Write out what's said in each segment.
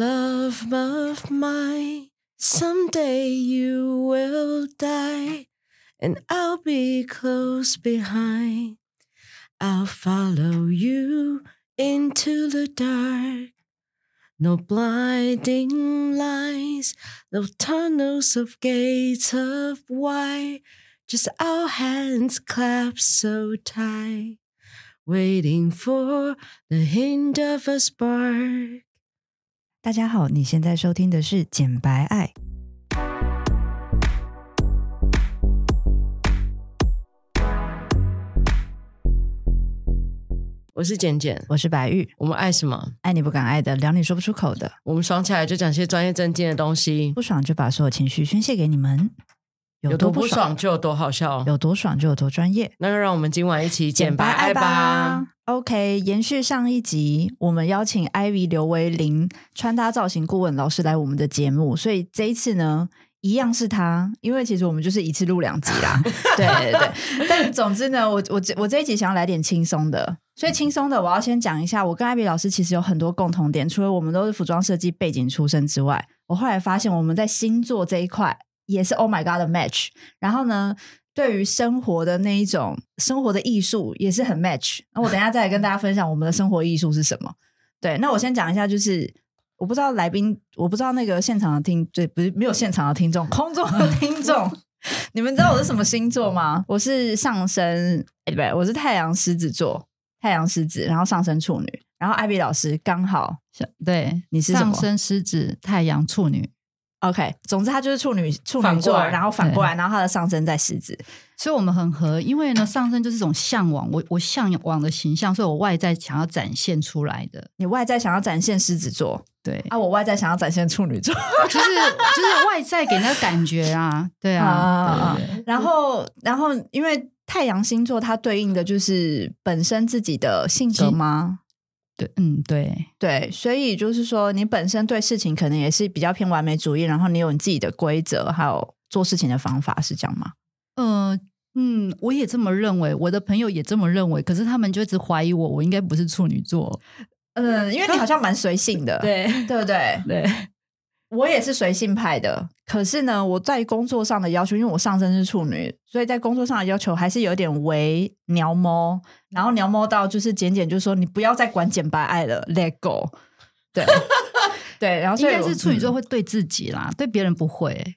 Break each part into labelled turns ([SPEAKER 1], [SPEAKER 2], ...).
[SPEAKER 1] Love of mine, someday you will die, and I'll be close behind. I'll follow you into the dark. No blinding lights, no tunnels of gates of wide, just our hands clasped so tight, waiting for the hint of a spark.
[SPEAKER 2] 大家好，你现在收听的是《简白爱》。
[SPEAKER 1] 我是简简，
[SPEAKER 2] 我是白玉，
[SPEAKER 1] 我们爱什么？
[SPEAKER 2] 爱你不敢爱的，聊你说不出口的，
[SPEAKER 1] 我们爽起来就讲些专业正经的东西，
[SPEAKER 2] 不爽就把所有情绪宣泄给你们，
[SPEAKER 1] 有多不
[SPEAKER 2] 不
[SPEAKER 1] 爽就有多好笑。
[SPEAKER 2] 有多爽就有多专业。
[SPEAKER 1] 那就让我们今晚一起简白爱吧。
[SPEAKER 2] ！OK，延续上一集，我们邀请 Ivy 刘维林穿搭造型顾问老师来我们的节目，所以这一次呢，一样是他，因为其实我们就是一次录两集 啦。对对对，但总之呢，我我这我这一集想要来点轻松的。所以轻松的，我要先讲一下，我跟 Ivy 老师其实有很多共同点，除了我们都是服装设计背景出身之外，我后来发现我们在星座这一块也是 Oh my God 的 match。然后呢，对于生活的那一种生活的艺术也是很 match。那我等一下再来跟大家分享我们的生活艺术是什么。对，那我先讲一下，就是我不知道来宾，我不知道那个现场的听，对，不是没有现场的听众，空中的听众， 你们知道我是什么星座吗？我是上升，哎，不对，我是太阳狮子座，太阳狮子，然后上升处女，然后艾比老师刚好
[SPEAKER 3] 小对，
[SPEAKER 2] 你是什么
[SPEAKER 3] 上升狮子，太阳处女，
[SPEAKER 2] OK，总之他就是处女处
[SPEAKER 1] 反
[SPEAKER 2] 女
[SPEAKER 1] 过
[SPEAKER 2] 座，
[SPEAKER 1] 来
[SPEAKER 2] 然后反过来，然后他的上升在狮子，
[SPEAKER 3] 所以我们很合。因为呢，上升就是一种向往，我我向往的形象，所以我外在想要展现出来的。
[SPEAKER 2] 你外在想要展现狮子座
[SPEAKER 3] 对，
[SPEAKER 2] 啊，我外在想要展现处女座。
[SPEAKER 3] 就是就是外在给人家感觉啊，对
[SPEAKER 2] 啊
[SPEAKER 3] 啊，对对对
[SPEAKER 2] 然后，然后因为太阳星座它对应的就是本身自己的性格吗？
[SPEAKER 3] 对，嗯，对，
[SPEAKER 2] 对，所以就是说，你本身对事情可能也是比较偏完美主义，然后你有你自己的规则，还有做事情的方法，是这样吗？
[SPEAKER 3] 呃。嗯，我也这么认为，我的朋友也这么认为，可是他们就一直怀疑我，我应该不是处女座。
[SPEAKER 2] 嗯，因为你好像蛮随性的，
[SPEAKER 3] 对
[SPEAKER 2] 对不对？
[SPEAKER 3] 对，
[SPEAKER 2] 我也是随性派的，可是呢，我在工作上的要求，因为我上身是处女，所以在工作上的要求还是有点为鸟猫，然后
[SPEAKER 3] 嗯
[SPEAKER 2] 鸟猫到就是简简就说你不要再管简白爱了，let go。对 对，然后
[SPEAKER 3] 应
[SPEAKER 2] 所以
[SPEAKER 3] 该是处女座
[SPEAKER 2] 我、
[SPEAKER 3] 会对自己啦，对别人不会、
[SPEAKER 2] 嗯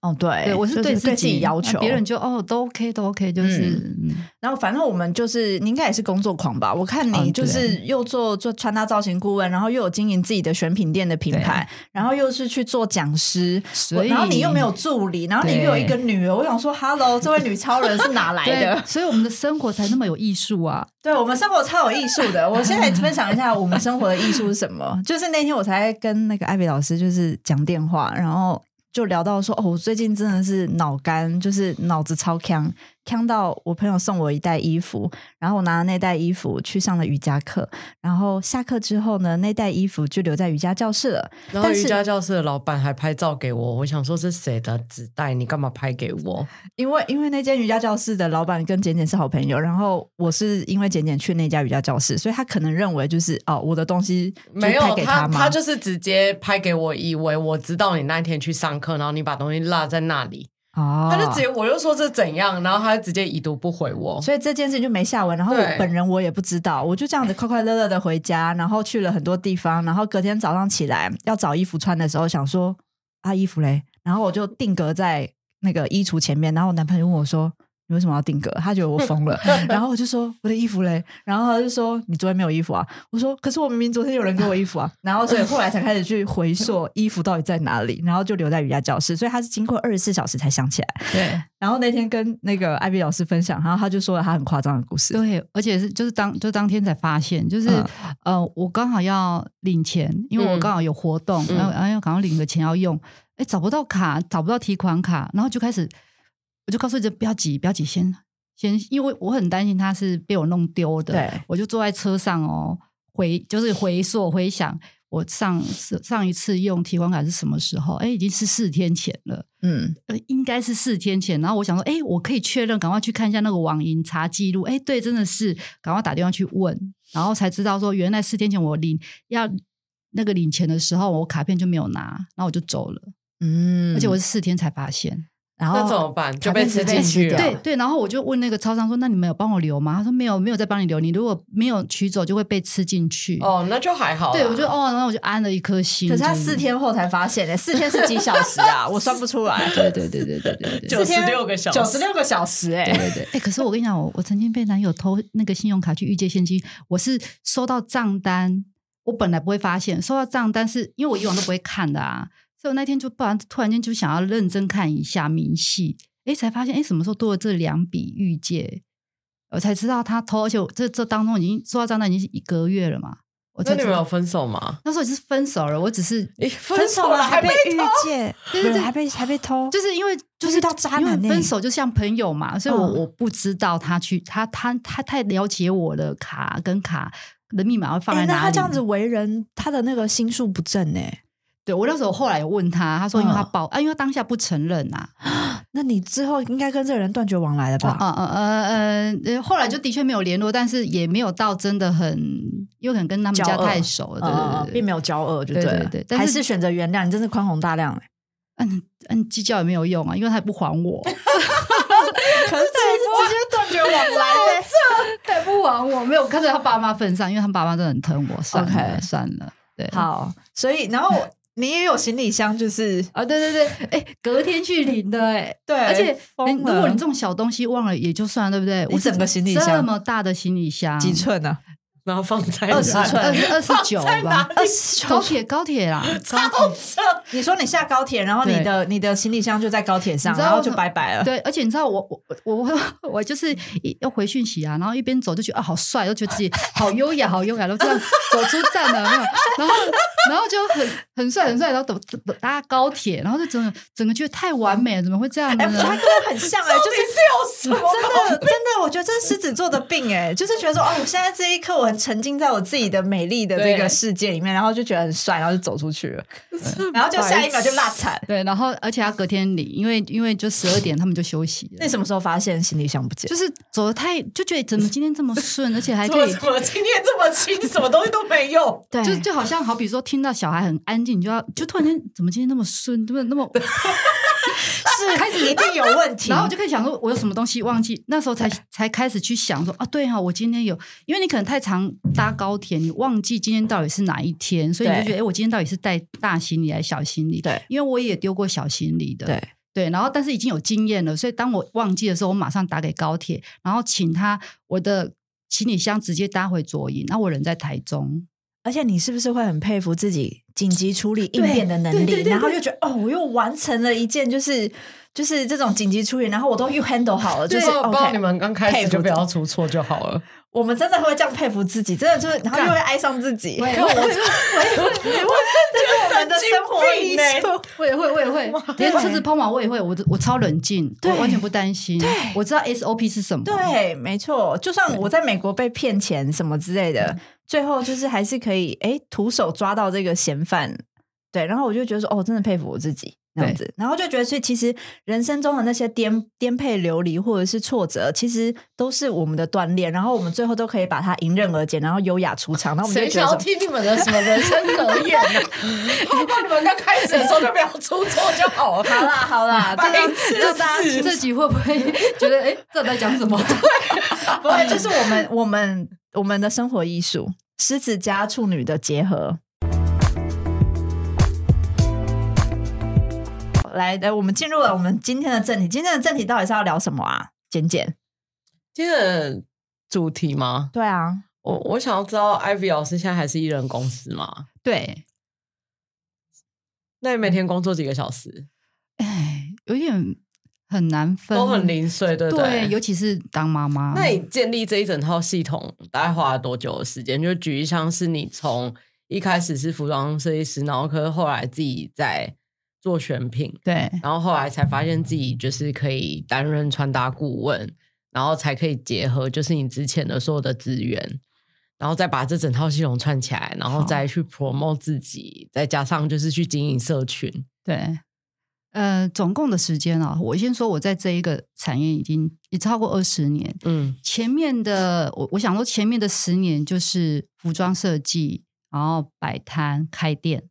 [SPEAKER 2] 哦，对，
[SPEAKER 3] 对我是
[SPEAKER 2] 就是
[SPEAKER 3] 对
[SPEAKER 2] 对
[SPEAKER 3] 自
[SPEAKER 2] 己要求，
[SPEAKER 3] 别人就哦都 OK 都 OK，就是、嗯
[SPEAKER 2] 然后反正我们就是，你应该也是工作狂吧？我看你
[SPEAKER 3] 嗯
[SPEAKER 2] 就是又做做穿搭造型顾问，然后又有经营自己的选品店的品牌，然后又是去做讲师，
[SPEAKER 3] 所
[SPEAKER 2] 我
[SPEAKER 3] 以
[SPEAKER 2] 然后你又没有助理，然后你又有一个女儿，我想说，Hello，这位女超人是哪来
[SPEAKER 3] 对
[SPEAKER 2] 的？
[SPEAKER 3] 所以我们的生活才那么有艺术啊。
[SPEAKER 2] 对我们生活超有艺术的。我先来分享一下我们生活的艺术是什么。就是那天我才跟那个艾比老师就是讲电话，然后就聊到说，哦，我最近真的是脑干，就是脑子超强，强到我朋友送我一袋衣服，然后我拿了那袋衣服去上了瑜伽课，然后下课之后呢，那袋衣服就留在瑜伽教室了。
[SPEAKER 1] 然后
[SPEAKER 2] 但
[SPEAKER 1] 瑜
[SPEAKER 2] 是
[SPEAKER 1] 伽教室的老板还拍照给我，我想说这谁的纸袋，你干嘛拍给我？
[SPEAKER 2] 因为因为那间瑜伽教室的老板跟简简是好朋友，然后我是因为简简去那家瑜伽教室，所以他可能认为就是哦，我的东西就是
[SPEAKER 1] 没有
[SPEAKER 2] 派给
[SPEAKER 1] 他，
[SPEAKER 2] 嘛，
[SPEAKER 1] 他就是直接拍给我，以为我知道你那天去上课，然后你把东西落在那里，
[SPEAKER 2] 哦，
[SPEAKER 1] 他就直接我就说这怎样，然后他就直接已读不回我。
[SPEAKER 2] 所以这件事情就没下文。然后我
[SPEAKER 1] 对
[SPEAKER 2] 本人我也不知道，我就这样子快快乐乐的回家，然后去了很多地方，然后隔天早上起来要找衣服穿的时候，想说啊衣服嘞，然后我就定格在那个衣橱前面，然后我男朋友问我说。你为什么要定格？他觉得我疯 了，然后我就说我的衣服嘞，然后他就说你昨天没有衣服啊。我说可是我明明昨天有人给我衣服啊， 然后所以后来才开始去回溯衣服到底在哪里，然后就留在瑜伽教室，所以他是经过二十四小时才想起来。
[SPEAKER 3] 对
[SPEAKER 2] 然后那天跟那个艾比老师分享，然后他就说了他很夸张的故事。
[SPEAKER 3] 对，而且是就是当就当天才发现，就是、呃，我刚好要领钱，因为我
[SPEAKER 1] 嗯
[SPEAKER 3] 刚好有活动，
[SPEAKER 1] 嗯
[SPEAKER 3] 然后然后要赶快领个钱要用，哎，找不到卡，找不到提款卡，然后就开始我就告诉这不要急，不要急，先先，因为我很担心他是被我弄丢的，
[SPEAKER 2] 对
[SPEAKER 3] 我就坐在车上哦，回就是回溯回想。我上上一次用提款卡是什么时候？哎，已经是四天前了。
[SPEAKER 2] 嗯，
[SPEAKER 3] 呃，应该是四天前，然后我想说，哎，我可以确认，赶快去看一下那个网银查记录。哎，对，真的是，赶快打电话去问，然后才知道说，原来四天前我领要那个领钱的时候，我卡片就没有拿，然后我就走了，
[SPEAKER 2] 嗯，
[SPEAKER 3] 而且我是四天才发现。
[SPEAKER 2] 然
[SPEAKER 1] 那怎么
[SPEAKER 2] 后
[SPEAKER 1] 办？哦就
[SPEAKER 2] 卡
[SPEAKER 1] 被
[SPEAKER 2] 片
[SPEAKER 1] 吃
[SPEAKER 2] 直接
[SPEAKER 1] 进
[SPEAKER 2] 吃
[SPEAKER 1] 去了。
[SPEAKER 2] 掉
[SPEAKER 3] 对对，然后我就问那个超商说：“那你们有帮我留吗？”他说：“没有，没有在帮你留。你如果没有取走，就会被吃进去。”
[SPEAKER 1] 哦，那就还好啦。
[SPEAKER 3] 对，我就哦，然后我就安了一颗心。
[SPEAKER 2] 可是他
[SPEAKER 3] 这样
[SPEAKER 2] 四，天后才发现呢、四天是几小时啊？我算不出来，
[SPEAKER 3] 对对对对对 对对。
[SPEAKER 1] 就96个小时
[SPEAKER 2] 九十六个小时哎、
[SPEAKER 3] 对对对，哎、可是我跟你讲，我我曾经被男友偷那个信用卡去预借现金，我是收到账单，我本来不会发现，收到账单是因为我以往都不会看的啊，所以我那天就不然突然间就想要认真看一下明细，哎，才发现哎什么时候多了这两笔预借，我才知道他偷，而且我这这当中已经收到账单已经是一个月了嘛，我
[SPEAKER 1] 那
[SPEAKER 3] 才
[SPEAKER 1] 你
[SPEAKER 3] 知
[SPEAKER 1] 们有
[SPEAKER 3] 道
[SPEAKER 1] 分手吗？
[SPEAKER 3] 那时候已经是分手了，我只是
[SPEAKER 1] 诶分手了还被
[SPEAKER 2] 遇见，
[SPEAKER 3] 对对对
[SPEAKER 2] 还被还被偷，
[SPEAKER 3] 就是因为就
[SPEAKER 2] 遇
[SPEAKER 3] 是
[SPEAKER 2] 到渣男
[SPEAKER 3] 因为
[SPEAKER 2] 欸
[SPEAKER 3] 分手就像朋友嘛，所以我、
[SPEAKER 2] 嗯
[SPEAKER 3] 我不知道他去他他他太了解我的卡跟卡的密码会放
[SPEAKER 2] 哎
[SPEAKER 3] 在
[SPEAKER 2] 那
[SPEAKER 3] 哪
[SPEAKER 2] 他
[SPEAKER 3] 里。
[SPEAKER 2] 这样子为人，他的那个心术不正哎、
[SPEAKER 3] 对我那时候后来有问他，他说因为他
[SPEAKER 2] 嗯
[SPEAKER 3] 报、啊，因为他当下不承认啊，
[SPEAKER 2] 那你之后应该跟这个人断绝往来了吧？
[SPEAKER 3] 啊呃呃呃呃，后来就的确没有联络，但是也没有到真的很，因为可能跟他们家
[SPEAKER 2] 骄傲
[SPEAKER 3] 太熟了，对
[SPEAKER 2] 呃
[SPEAKER 3] 对对对，
[SPEAKER 2] 并没有骄恶，就了
[SPEAKER 3] 对对对但是
[SPEAKER 2] 还是选择原谅，你真是宽宏大量哎、
[SPEAKER 3] 嗯嗯计较也没有用啊，因为他也不还 我，
[SPEAKER 2] 可是直接断绝往来嘞、
[SPEAKER 3] 他也不还我，没有看在他爸妈份上，因为他爸妈真的很疼我，算了
[SPEAKER 2] OK
[SPEAKER 3] 算了，对，
[SPEAKER 2] 好，所以然后你也有行李箱，就是
[SPEAKER 3] 啊，对对对，哎、隔天去领 的、哎，
[SPEAKER 2] 对
[SPEAKER 3] 而且你
[SPEAKER 2] 疯
[SPEAKER 3] 如
[SPEAKER 2] 了
[SPEAKER 3] 果你这种小东西忘了也就算了，对不对？
[SPEAKER 2] 你
[SPEAKER 3] 我是
[SPEAKER 2] 整个行李
[SPEAKER 3] 这
[SPEAKER 2] 箱
[SPEAKER 3] 么大的行李箱，
[SPEAKER 2] 几？寸啊呢、
[SPEAKER 1] 然后放在
[SPEAKER 2] 20
[SPEAKER 1] 哪
[SPEAKER 2] 寸
[SPEAKER 3] 二十二十九
[SPEAKER 1] 在哪
[SPEAKER 3] 吧，
[SPEAKER 2] 啊？二十
[SPEAKER 3] 高
[SPEAKER 2] 九。
[SPEAKER 3] 铁高铁啦，高
[SPEAKER 1] 超扯，
[SPEAKER 2] 你说你下高铁，然后你
[SPEAKER 3] 对
[SPEAKER 2] 的你的行李箱就在高铁上，
[SPEAKER 3] 你知道
[SPEAKER 2] 然后就
[SPEAKER 3] 我
[SPEAKER 2] 拜拜了。
[SPEAKER 3] 对，而且你知道我我我我我就是一要回讯息啊，然后一边走就觉得啊好帅，又觉得自己好优雅，好优雅，然后这样走出站了，有没有然后然后就很很帅很帅，然后等等搭高铁，然后就整个整个觉得太完美了，怎么会这样
[SPEAKER 2] 哎、
[SPEAKER 3] 呢？
[SPEAKER 2] 他跟我很像 哎、就是
[SPEAKER 1] 是有什么？
[SPEAKER 2] 真的，真的，我觉得这是狮子座的病哎、就是觉得说，哦，我现在这一刻我很沉浸在我自己的美丽的这个
[SPEAKER 1] 对
[SPEAKER 2] 世界里面，然后就觉得很帅，然后就走出去了，然后就下一秒就落惨。
[SPEAKER 3] 对，然后而且他隔天领，因为因为就十二点他们就休息了
[SPEAKER 2] 那，你什么时候发现行李箱不 见？
[SPEAKER 3] 就是走的太就觉得怎么今天这么顺，而且还
[SPEAKER 1] 怎
[SPEAKER 3] 可
[SPEAKER 1] 么
[SPEAKER 3] 以
[SPEAKER 1] 怎么今天这么轻，什么东西都没有？
[SPEAKER 2] 对
[SPEAKER 3] 就就好像好比说听到小孩很安静，你就要就突然间怎么今天那么顺，怎么那么，
[SPEAKER 2] 是开始一定有问题，
[SPEAKER 3] 然后我就可以想说我有什么东西忘记，那时候才才开始去想说啊对哈、我今天有，因为你可能太常搭高铁，你忘记今天到底是哪一天，所以你就
[SPEAKER 2] 对
[SPEAKER 3] 觉得哎我今天到底是带大行李还是小行李？
[SPEAKER 2] 对，
[SPEAKER 3] 因为我也丢过小行李的，
[SPEAKER 2] 对
[SPEAKER 3] 对，然后但是已经有经验了，所以当我忘记的时候，我马上打给高铁，然后请他我的行李箱直接搭回左营，那我人在台中，
[SPEAKER 2] 而且你是不是会很佩服自己紧急处理应变的能
[SPEAKER 3] 对对
[SPEAKER 2] 力？
[SPEAKER 3] 对对
[SPEAKER 2] 然后就觉得哦，我又完成了一件就是就是这种紧急处理，然后我都又 handle 好了，就是
[SPEAKER 1] 哦我不知道
[SPEAKER 2] OK。
[SPEAKER 1] 你们刚开
[SPEAKER 2] 佩
[SPEAKER 1] 始
[SPEAKER 2] 服
[SPEAKER 1] 就不要出错就好了。
[SPEAKER 2] 我们真的会这样佩服自己，真的就是，然后又会爱上自己。
[SPEAKER 3] 也
[SPEAKER 2] 因 为我
[SPEAKER 3] 会，
[SPEAKER 2] 这是我们的生活
[SPEAKER 1] 神经
[SPEAKER 2] 艺
[SPEAKER 1] 病欸
[SPEAKER 2] 术。
[SPEAKER 3] 我也会，我也会，连车子抛锚我也会，我我超冷静，我
[SPEAKER 2] 对
[SPEAKER 3] 完全不担心，我知道 SOP 是什么，
[SPEAKER 2] 对，没错，就算我在美国被骗钱什么之类的，
[SPEAKER 1] 嗯
[SPEAKER 2] 最后就是还是可以哎徒手抓到这个嫌犯。对，然后我就觉得说，哦，真的佩服我自己这样子，然后就觉得，所以其实人生中的那些颠颠沛流离或者是挫折，其实都是我们的锻炼，然后我们最后都可以把它迎刃而解，然后优雅出场，然后我们
[SPEAKER 1] 谁
[SPEAKER 2] 就觉
[SPEAKER 1] 想
[SPEAKER 2] 得
[SPEAKER 1] 要
[SPEAKER 2] 说
[SPEAKER 1] 听你们的什么人 生格言呢、我怕你们刚开始的时候就不要出错就好了。
[SPEAKER 2] 好啦好啦，
[SPEAKER 1] 白
[SPEAKER 2] 这样
[SPEAKER 1] 痴
[SPEAKER 2] 这大家
[SPEAKER 3] 这集会不会 觉得哎，这在讲什么？
[SPEAKER 2] 不会，就是我们 我们我们的生活艺术，狮子加处女的结合。来，来，我们进入了我们今天的正题。今天的正题到底是要聊什么啊？简简，
[SPEAKER 1] 今天的主题吗？
[SPEAKER 2] 对啊，
[SPEAKER 1] 我我想要知道，Ivy 老师现在还是艺人公司吗？
[SPEAKER 3] 对，
[SPEAKER 1] 那你每天工作几个小时？
[SPEAKER 3] 哎，有点很难分，
[SPEAKER 1] 都很零碎，嗯对不
[SPEAKER 3] 对，尤其是当妈妈，
[SPEAKER 1] 那你建立这一整套系统大概花了多久的时间？就举一像是你从一开始是服装设计师，然后可是后来自己在做选品，
[SPEAKER 3] 对。
[SPEAKER 1] 然后后来才发现自己就是可以担任穿搭顾问，然后才可以结合就是你之前的所有的资源，然后再把这整套系统串起来，然后
[SPEAKER 3] 好
[SPEAKER 1] 再去 promote 自己，再加上就是去经营社群。
[SPEAKER 3] 对，呃，总共的时间啊，我先说我在这一个产业已经也超过二十年。
[SPEAKER 1] 嗯
[SPEAKER 3] 前面的我，我想说前面的十年就是服装设计、然后摆摊开店，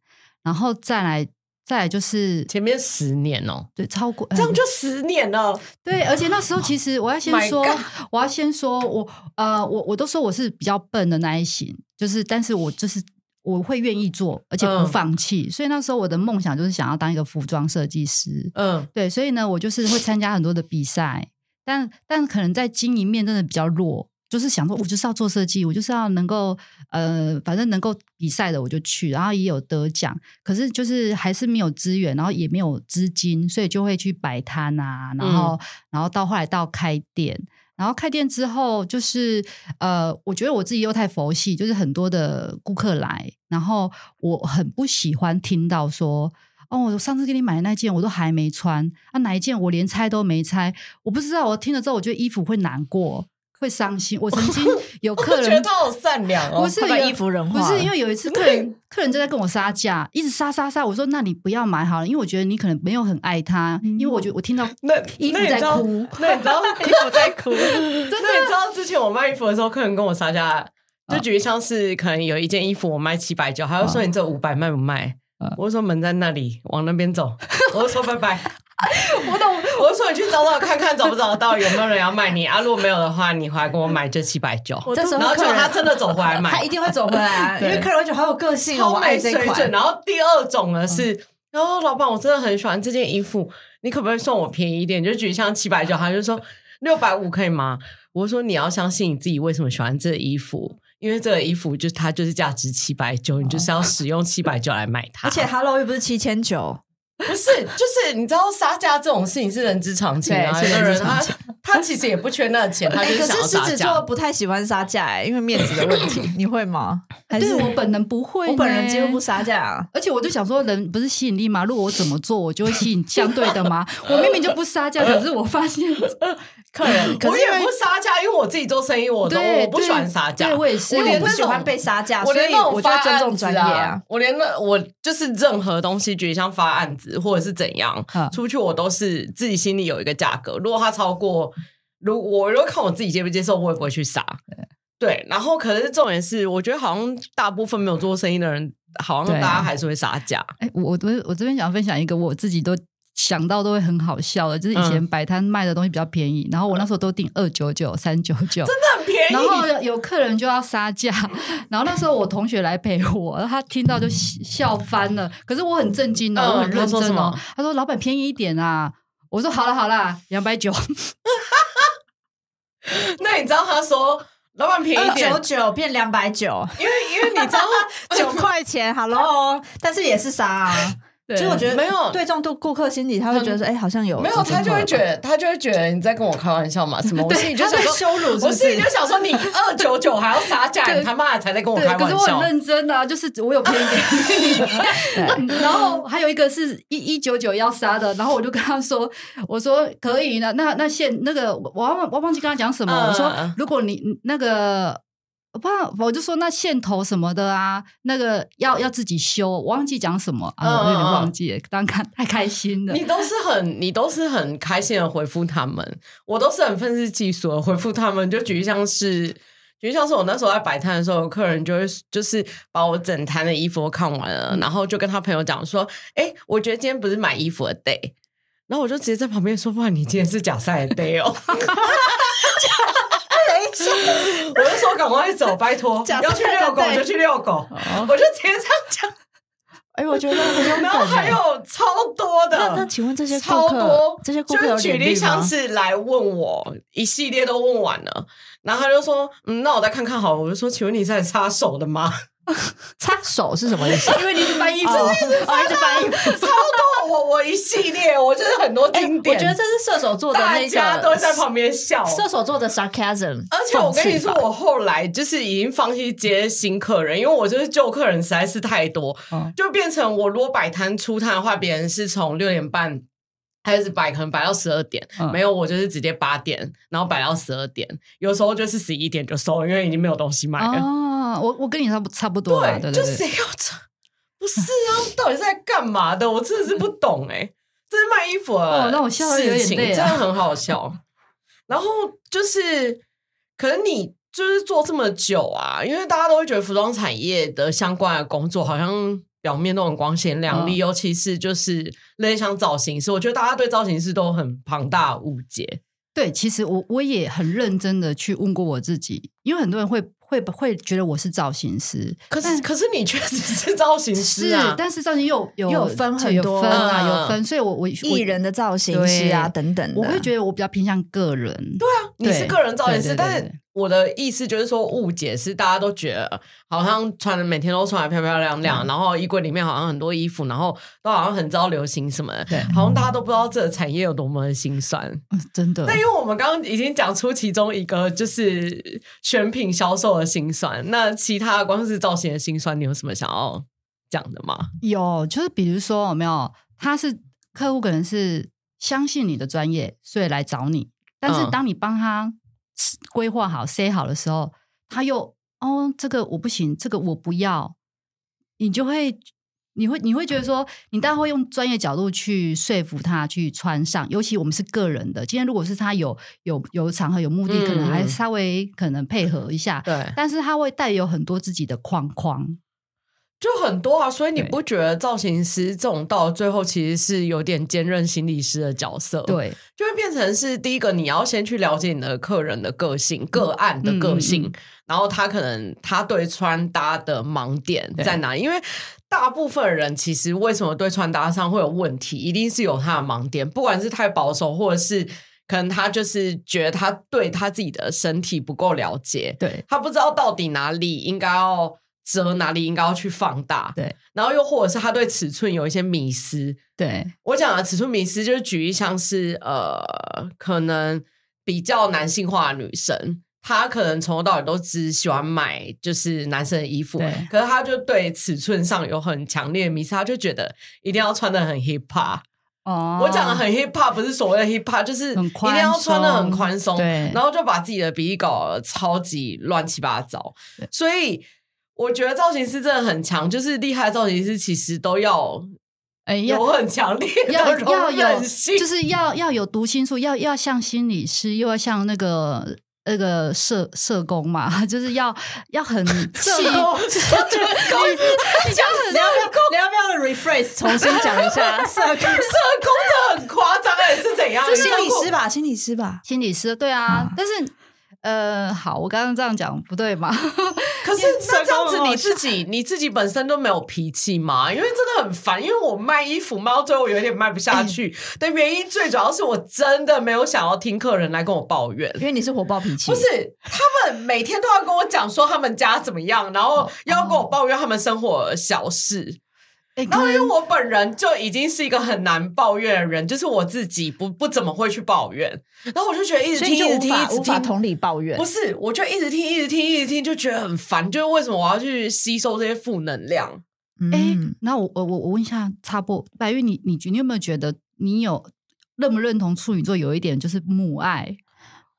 [SPEAKER 3] 然后再来再来就是
[SPEAKER 1] 前面十年哦，
[SPEAKER 3] 对超过呃
[SPEAKER 1] 这样就十年了，
[SPEAKER 3] 对，而且那时候其实我要先
[SPEAKER 1] My
[SPEAKER 3] 说
[SPEAKER 1] God，
[SPEAKER 3] 我要先说我呃，我我都说我是比较笨的那一型，就是但是我就是我会愿意做，而且不
[SPEAKER 1] 嗯
[SPEAKER 3] 放弃。所以那时候我的梦想就是想要当一个服装设计师。
[SPEAKER 1] 嗯，
[SPEAKER 3] 对，所以呢，我就是会参加很多的比赛，但但可能在经营面真的比较弱，就是想说我就是要做设计，我就是要能够呃，反正能够比赛的我就去，然后也有得奖，可是就是还是没有资源，然后也没有资金，所以就会去摆摊啊，然后、然后到后来到开店。然后开店之后，就是呃，我觉得我自己又太佛系，就是很多的顾客来，然后我很不喜欢听到说，哦，我上次给你买的那件我都还没穿啊，哪一件我连拆都没拆，我不知道。我听了之后，我觉得衣服会难过，会伤心。我曾 经有
[SPEAKER 1] 我
[SPEAKER 3] 客
[SPEAKER 1] 觉得
[SPEAKER 3] 人。
[SPEAKER 1] 他好善良哦，
[SPEAKER 3] 不是
[SPEAKER 2] 他把
[SPEAKER 3] 有
[SPEAKER 2] 衣服人
[SPEAKER 3] 不
[SPEAKER 2] 化
[SPEAKER 3] 是
[SPEAKER 2] 了
[SPEAKER 3] 因为有一次客人 客人就在跟我杀价，一直杀杀杀。我说那你不要买好了，因为我觉得你可能没有很爱他，因为我觉
[SPEAKER 2] 嗯
[SPEAKER 3] 得我听到
[SPEAKER 1] 那
[SPEAKER 3] 衣服
[SPEAKER 1] 那你
[SPEAKER 3] 在
[SPEAKER 1] 知道
[SPEAKER 3] 哭，
[SPEAKER 1] 那你知道衣服在哭？那你知道之前我卖衣服的时候，客人跟我杀价，就举例像是可能有一件衣服我卖七百九，他就说你这五百卖不卖
[SPEAKER 3] 嗯？
[SPEAKER 1] 我就说门在那里，往那边走。我就说拜拜。
[SPEAKER 3] 我懂，
[SPEAKER 1] 我就说你去找找看看找不找得到有没有人要卖你啊？如果没有的话，你回来跟我买这七百九。
[SPEAKER 2] 这时候
[SPEAKER 1] 然后结
[SPEAKER 2] 客
[SPEAKER 1] 果
[SPEAKER 2] 人
[SPEAKER 1] 他真的走回来买，
[SPEAKER 2] 他一定会走回来 啊，因
[SPEAKER 1] 对
[SPEAKER 2] 为客人会觉得好有个性哦，
[SPEAKER 1] 超
[SPEAKER 2] 我
[SPEAKER 1] 没
[SPEAKER 2] 爱这
[SPEAKER 1] 水准。啊
[SPEAKER 2] 款。嗯
[SPEAKER 1] 然后第二种呢是，然后老板我真的很喜欢这件衣服，你可不可以送我便宜一点？就举像七百九，他就说六百五可以吗？我说你要相信你自己为什么喜欢这衣服，因为这个衣服就是它就是价值七百九，你就是要使用七百九来买它。
[SPEAKER 2] 哦而且 Hello 又不是七千九，
[SPEAKER 1] 不是，就是你知道杀价这种事情是人之常情啊，
[SPEAKER 2] 对
[SPEAKER 1] 有
[SPEAKER 2] 是
[SPEAKER 1] 的
[SPEAKER 2] 人
[SPEAKER 1] 人
[SPEAKER 2] 之
[SPEAKER 1] 他
[SPEAKER 2] 常
[SPEAKER 1] 他其实也不缺那个钱，他
[SPEAKER 2] 哎
[SPEAKER 1] 就是
[SPEAKER 2] 可
[SPEAKER 1] 想
[SPEAKER 2] 是
[SPEAKER 1] 要
[SPEAKER 2] 狮
[SPEAKER 1] 杀
[SPEAKER 2] 子座
[SPEAKER 1] 价。
[SPEAKER 2] 不太喜欢杀价，哎因为面子的问 题，你会吗？还是
[SPEAKER 3] 对我本人不会呢，
[SPEAKER 2] 我本人几乎不杀价啊。
[SPEAKER 3] 而且我就想说，人不是吸引力吗？如果我怎么做，我就会吸引相对的 吗？我明明就不杀价，可是我发现，
[SPEAKER 2] 客人，可
[SPEAKER 1] 我
[SPEAKER 2] 是因
[SPEAKER 1] 也
[SPEAKER 2] 为
[SPEAKER 1] 不杀价，因为我自己做生意，我都
[SPEAKER 3] 对，
[SPEAKER 1] 我不喜欢杀价。
[SPEAKER 3] 对我也是，
[SPEAKER 2] 因为我
[SPEAKER 1] 连
[SPEAKER 2] 不
[SPEAKER 1] 那
[SPEAKER 2] 喜欢
[SPEAKER 1] 种
[SPEAKER 2] 被杀价，
[SPEAKER 1] 啊我
[SPEAKER 2] 所
[SPEAKER 1] 连
[SPEAKER 2] 以
[SPEAKER 1] 那种
[SPEAKER 2] 我就
[SPEAKER 1] 发
[SPEAKER 2] 要尊重
[SPEAKER 1] 案子
[SPEAKER 2] 专业
[SPEAKER 1] 啊
[SPEAKER 2] 啊。，
[SPEAKER 1] 我连那我就是任何东西，举像发案子或者是怎样、
[SPEAKER 3] 嗯
[SPEAKER 1] 出去，我都是自己心里有一个价格。如果它超过，如我如果看我自己接不接受，我也不会去杀。对，然后可是重点是，我觉得好像大部分没有做生意的人，好像
[SPEAKER 3] 对
[SPEAKER 1] 大家还是会杀价。
[SPEAKER 3] 哎，我我我这边想分享一个我自己都想到都会很好笑的，就是
[SPEAKER 1] 嗯
[SPEAKER 3] 以前摆摊卖的东西比较便宜，然后我那时候都订二九九、三九九，
[SPEAKER 1] 那很便宜，
[SPEAKER 3] 然后有客人就要杀价，然后那时候我同学来陪我，他听到就笑翻了。可是我很震惊哦，
[SPEAKER 1] 嗯
[SPEAKER 3] 我很认
[SPEAKER 1] 他说什
[SPEAKER 3] 真哦
[SPEAKER 1] 么。
[SPEAKER 3] 他说：“老板便宜一点啊。”我说：“好了好了，两百九。
[SPEAKER 1] 那你知道他说老板便宜一
[SPEAKER 2] 二
[SPEAKER 1] 点
[SPEAKER 2] 九，九变两百九，
[SPEAKER 1] 因为因为你知道
[SPEAKER 2] 九块 钱，Hello，但是也是杀啊。
[SPEAKER 3] 对”
[SPEAKER 2] 其实我觉得
[SPEAKER 1] 没有
[SPEAKER 2] 对重度顾客心理，他会觉得说，哎，好像 有
[SPEAKER 1] 没有，他就会觉
[SPEAKER 2] 得
[SPEAKER 1] 得他就会觉得你在跟我开玩笑嘛？什么？我心里就
[SPEAKER 2] 他
[SPEAKER 1] 想
[SPEAKER 2] 被
[SPEAKER 1] 说
[SPEAKER 2] 羞辱是
[SPEAKER 1] 我
[SPEAKER 2] 不
[SPEAKER 1] 心里
[SPEAKER 2] 是
[SPEAKER 1] 就？想说，你二九九还要杀价，
[SPEAKER 3] 对
[SPEAKER 1] 你他妈的才在跟我
[SPEAKER 3] 对
[SPEAKER 1] 开，
[SPEAKER 3] 可是
[SPEAKER 1] 玩
[SPEAKER 3] 我
[SPEAKER 1] 笑
[SPEAKER 3] 很。认真啊，就是我有便宜给你。 然后还有一个是一一九九要杀的，然后我就跟他说：“我说可以呢，那那现那个我忘我忘记跟他讲什么，
[SPEAKER 1] 嗯
[SPEAKER 3] 我说
[SPEAKER 1] 嗯嗯
[SPEAKER 3] 如果你那个。”我不知道，我就说那线头什么的啊，那个要要自己修，我忘记讲什么啊，
[SPEAKER 1] 嗯
[SPEAKER 3] 我有点
[SPEAKER 1] 嗯嗯
[SPEAKER 3] 忘记了，刚刚太开心了
[SPEAKER 1] 你。都是很，你都是很开心的回复他们，我都是很愤世嫉俗的回复他们。就举例像是，举例像是我那时候在摆摊的时候，有客人就会就是把我整摊的衣服都看完
[SPEAKER 2] 嗯
[SPEAKER 1] 了，然后就跟他朋友讲说：“哎、我觉得今天不是买衣服的 day。”然后我就直接在旁边说：“哇，你今天是假赛的 day 哦！”我就说：“赶快走，拜托，
[SPEAKER 2] 假赛
[SPEAKER 1] 要
[SPEAKER 2] 的
[SPEAKER 1] 去遛狗
[SPEAKER 2] day 哦
[SPEAKER 1] 就去遛狗。”我就直接这样讲。
[SPEAKER 2] 哎，我觉得很有
[SPEAKER 1] 然后还
[SPEAKER 2] 梗。
[SPEAKER 1] 有超多的。
[SPEAKER 2] 那那请问这些顾
[SPEAKER 1] 超
[SPEAKER 2] 客
[SPEAKER 1] 多，，
[SPEAKER 2] 这些顾
[SPEAKER 1] 就
[SPEAKER 2] 客有
[SPEAKER 1] 是举
[SPEAKER 2] 脸
[SPEAKER 1] 例
[SPEAKER 2] 绿
[SPEAKER 1] 像
[SPEAKER 2] 吗？
[SPEAKER 1] 是来问我一系列都问完了，然后他就说：“嗯，那我再看看好了。”我就说：“请问你是在插手的吗
[SPEAKER 2] 插手是什么意 思？
[SPEAKER 3] 因为你是翻译
[SPEAKER 2] 哦，哦一直翻译。？”
[SPEAKER 1] 啊超多我我一系列，我就是很多
[SPEAKER 2] 哎，
[SPEAKER 1] 经
[SPEAKER 2] 我
[SPEAKER 1] 典，
[SPEAKER 2] 觉得这是射手座的
[SPEAKER 1] 大
[SPEAKER 2] 那
[SPEAKER 1] 家都在
[SPEAKER 2] 个，
[SPEAKER 1] 旁边笑。
[SPEAKER 2] 射手座的 sarcasm。
[SPEAKER 1] 而且我跟你说，
[SPEAKER 2] 讽刺法
[SPEAKER 1] 我后来就是已经放弃接新客人，因为我就是旧客人实在是太多，
[SPEAKER 3] 嗯
[SPEAKER 1] 就变成我如果摆摊出摊的话，别人是从六点半开始摆，可能摆到十二点，
[SPEAKER 3] 嗯
[SPEAKER 1] 没有我就是直接八点，然后摆到十二点，有时候就是十一点就收了，因为已经没有东西买啊了。
[SPEAKER 3] 哦，我我跟你差不差不多啦，对
[SPEAKER 1] 就
[SPEAKER 3] 对对，
[SPEAKER 1] 谁要这？不是啊， 到底在干嘛的？我真的是不懂哎、这是卖衣服啊，
[SPEAKER 3] 哦让我笑得有点累啊
[SPEAKER 1] 真的很好笑。然后就是，可能你就是做这么久啊，因为大家都会觉得服装产业的相关的工作好像表面都很光鲜亮丽，
[SPEAKER 3] 嗯
[SPEAKER 1] 尤其是就是类像造型师，我觉得大家对造型师都很庞大的误解。
[SPEAKER 3] 对，其实我我也很认真的去问过我自己，因为很多人会会会觉得我是造型师，
[SPEAKER 1] 可是可是你确实是造型师
[SPEAKER 3] 是，
[SPEAKER 1] 啊，
[SPEAKER 3] 但是造型又有
[SPEAKER 2] 又有分很
[SPEAKER 3] 有
[SPEAKER 2] 多
[SPEAKER 3] 分啊，
[SPEAKER 1] 嗯
[SPEAKER 3] 有分，所以我我
[SPEAKER 2] 艺人的造型师啊
[SPEAKER 3] 对
[SPEAKER 2] 等等的，
[SPEAKER 3] 我会觉得我比较偏向个人，对
[SPEAKER 1] 你是个人造型师，
[SPEAKER 3] 对对对
[SPEAKER 1] 但
[SPEAKER 3] 对
[SPEAKER 1] 是
[SPEAKER 3] 对
[SPEAKER 1] 我的意思就是说，误解是大家都觉得好像穿的每天都穿的漂漂亮
[SPEAKER 3] 嗯
[SPEAKER 1] 亮，然后衣柜里面好像很多衣服，然后都好像很知道流行什么的，
[SPEAKER 3] 对
[SPEAKER 1] 好像大家都不知道这个产业有多么的心酸。
[SPEAKER 3] 嗯真的
[SPEAKER 1] 但因为我们刚刚已经讲出其中一个就是选品销售的心酸，那其他的光是造型的心酸，你有什么想要讲的吗？
[SPEAKER 3] 有，就是比如说有没有，他是客户可能是相信你的专业，所以来找你，但是
[SPEAKER 1] 嗯
[SPEAKER 3] 当你帮他规划好、塞好的时候，他又哦，这个我不行，这个我不要，你就会。你会你会觉得说，你大概会用专业角度去说服他去穿上，尤其我们是个人的。今天如果是他有有有场合有目的，可能还
[SPEAKER 1] 嗯
[SPEAKER 3] 稍微可能配合一下，
[SPEAKER 1] 对，
[SPEAKER 3] 但是他会带有很多自己的框框。
[SPEAKER 1] 就很多啊，所以你
[SPEAKER 3] 对
[SPEAKER 1] 不觉得造型师这种到最后其实是有点兼任心理师的角色？。
[SPEAKER 3] 对，
[SPEAKER 1] 就会变成是第一个，你要先去了解你的客人的个性、个案的个性，
[SPEAKER 3] 嗯嗯
[SPEAKER 1] 然后他可能他对穿搭的盲点
[SPEAKER 3] 对
[SPEAKER 1] 在哪？因为大部分人其实为什么对穿搭上会有问题，一定是有他的盲点，不管是太保守，或者是可能他就是觉得他对他自己的身体不够了解，
[SPEAKER 3] 对
[SPEAKER 1] 他不知道到底哪里应该要遮，哪里应该要去放大，
[SPEAKER 3] 嗯对
[SPEAKER 1] 然后又或者是他对尺寸有一些迷失，
[SPEAKER 3] 对，
[SPEAKER 1] 我讲的尺寸迷失，就是举例像是呃，可能比较男性化的女生，她可能从头到尾都只喜欢买就是男生的衣服
[SPEAKER 3] 对，
[SPEAKER 1] 可是她就对尺寸上有很强烈的迷失，她就觉得一定要穿的很 hip hop。
[SPEAKER 3] 哦
[SPEAKER 1] 我讲的很 hip hop，不是所谓的 hip hop，就是一
[SPEAKER 3] 很宽
[SPEAKER 1] 定要穿的很
[SPEAKER 3] 松
[SPEAKER 1] 宽松，
[SPEAKER 3] 对
[SPEAKER 1] 然后就把自己的鼻翼搞得超级乱七八糟。所以我觉得造型师真的很强，就是厉害的造型师其实都要
[SPEAKER 3] 哎
[SPEAKER 1] 有
[SPEAKER 3] 要
[SPEAKER 1] 很强烈的
[SPEAKER 3] 要
[SPEAKER 1] 容
[SPEAKER 3] 要有，
[SPEAKER 1] 忍性，
[SPEAKER 3] 就是要要有读心术，要要像心理师，又要像那个。那个社社工嘛， 就是要 要很
[SPEAKER 1] 社
[SPEAKER 3] 细，
[SPEAKER 1] 工社哦工，你讲
[SPEAKER 4] 你要不要你要不要 rephrase 重新讲一 下？社工
[SPEAKER 1] 社工的很夸张哎，是怎样？
[SPEAKER 2] 这啊心
[SPEAKER 1] 你
[SPEAKER 2] 理
[SPEAKER 1] 看过
[SPEAKER 2] 师吧，心理师吧，
[SPEAKER 3] 心理师对啊。但是呃，好，我刚刚这样讲不对嘛？
[SPEAKER 1] 可是
[SPEAKER 2] 啊
[SPEAKER 1] 那这样
[SPEAKER 4] 社工
[SPEAKER 1] 子
[SPEAKER 4] 很好笑
[SPEAKER 1] 你自 己你自己本身都没有脾气吗？因为真的很烦，因为我卖衣服卖到最后有点卖不下 去的原因，最主要是我真的没有想要听客人来跟我抱怨。
[SPEAKER 2] 因为你是火爆脾气，
[SPEAKER 1] 不是，他们每天都要跟我讲说他们家怎么样，然后要跟我抱怨他们生活的小事。
[SPEAKER 3] 哎，
[SPEAKER 1] 然后因为
[SPEAKER 3] 可能
[SPEAKER 1] 我本人就已经是一个很难抱怨的人，就是我自己不不怎么会去抱怨，然后我就觉得一直
[SPEAKER 2] 所
[SPEAKER 1] 听
[SPEAKER 2] 以
[SPEAKER 1] 一
[SPEAKER 2] 就
[SPEAKER 1] 直
[SPEAKER 2] 无
[SPEAKER 1] 听一
[SPEAKER 2] 法
[SPEAKER 1] 直
[SPEAKER 2] 无法
[SPEAKER 1] 听，
[SPEAKER 2] 同理抱怨
[SPEAKER 1] 不。是，我就一直听一直听一直听，就觉得很烦，就是为什么我要去吸收这些负能量？
[SPEAKER 3] 哎
[SPEAKER 2] 嗯，，
[SPEAKER 3] 那我我我我问一下，插播，白玉，你你觉你有没有觉得你有认不认同处女座有一点就是母爱？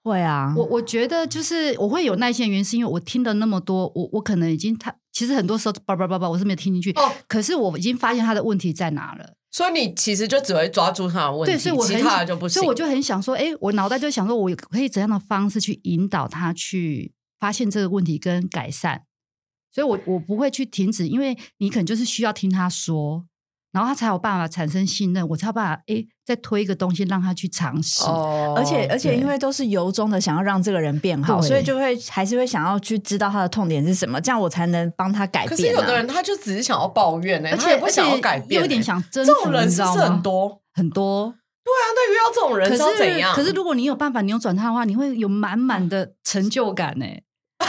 [SPEAKER 2] 会啊，
[SPEAKER 3] 我我觉得就是我会有耐心，的原因是因为我听了那么多，我我可能已经他其实很多时候叭叭叭叭，我是没有听进去。
[SPEAKER 1] 哦
[SPEAKER 3] 可是我已经发现他的问题在哪了。
[SPEAKER 1] 所以你其实就只会抓住他的问题，
[SPEAKER 3] 对，所以我很
[SPEAKER 1] 其他的就不行。
[SPEAKER 3] 所以我就很想说，哎，我脑袋就想说，我可以怎样的方式去引导他去发现这个问题跟改善。所以我我不会去停止，因为你可能就是需要听他说，然后他才有办法产生信任，我才有办法哎再推一个东西让他去尝试。
[SPEAKER 1] 哦
[SPEAKER 2] 而且而且，
[SPEAKER 3] 对
[SPEAKER 2] 因为都是由衷的想要让这个人变好，
[SPEAKER 3] 对
[SPEAKER 2] 所以就会还是会想要去知道他的痛点是什么，这样我才能帮他改
[SPEAKER 1] 可是
[SPEAKER 2] 变、啊。
[SPEAKER 1] 有的人他就只是想要抱怨呢、欸
[SPEAKER 3] 而
[SPEAKER 1] 哎他也
[SPEAKER 3] 且
[SPEAKER 1] 不想要
[SPEAKER 3] 而且
[SPEAKER 1] 改变、欸
[SPEAKER 3] 有一点。想征
[SPEAKER 1] 这
[SPEAKER 3] 服，
[SPEAKER 1] 种人
[SPEAKER 3] 你
[SPEAKER 1] 是
[SPEAKER 3] 知
[SPEAKER 1] 不
[SPEAKER 3] 道
[SPEAKER 1] 是
[SPEAKER 3] 吗
[SPEAKER 1] 很多，啊
[SPEAKER 3] 很多。
[SPEAKER 1] 那遇到这种人
[SPEAKER 3] 可
[SPEAKER 1] 是要
[SPEAKER 3] 是
[SPEAKER 1] 怎样？
[SPEAKER 3] 可是如果你有办法扭转他的话，你会有满满的成就感欸呢、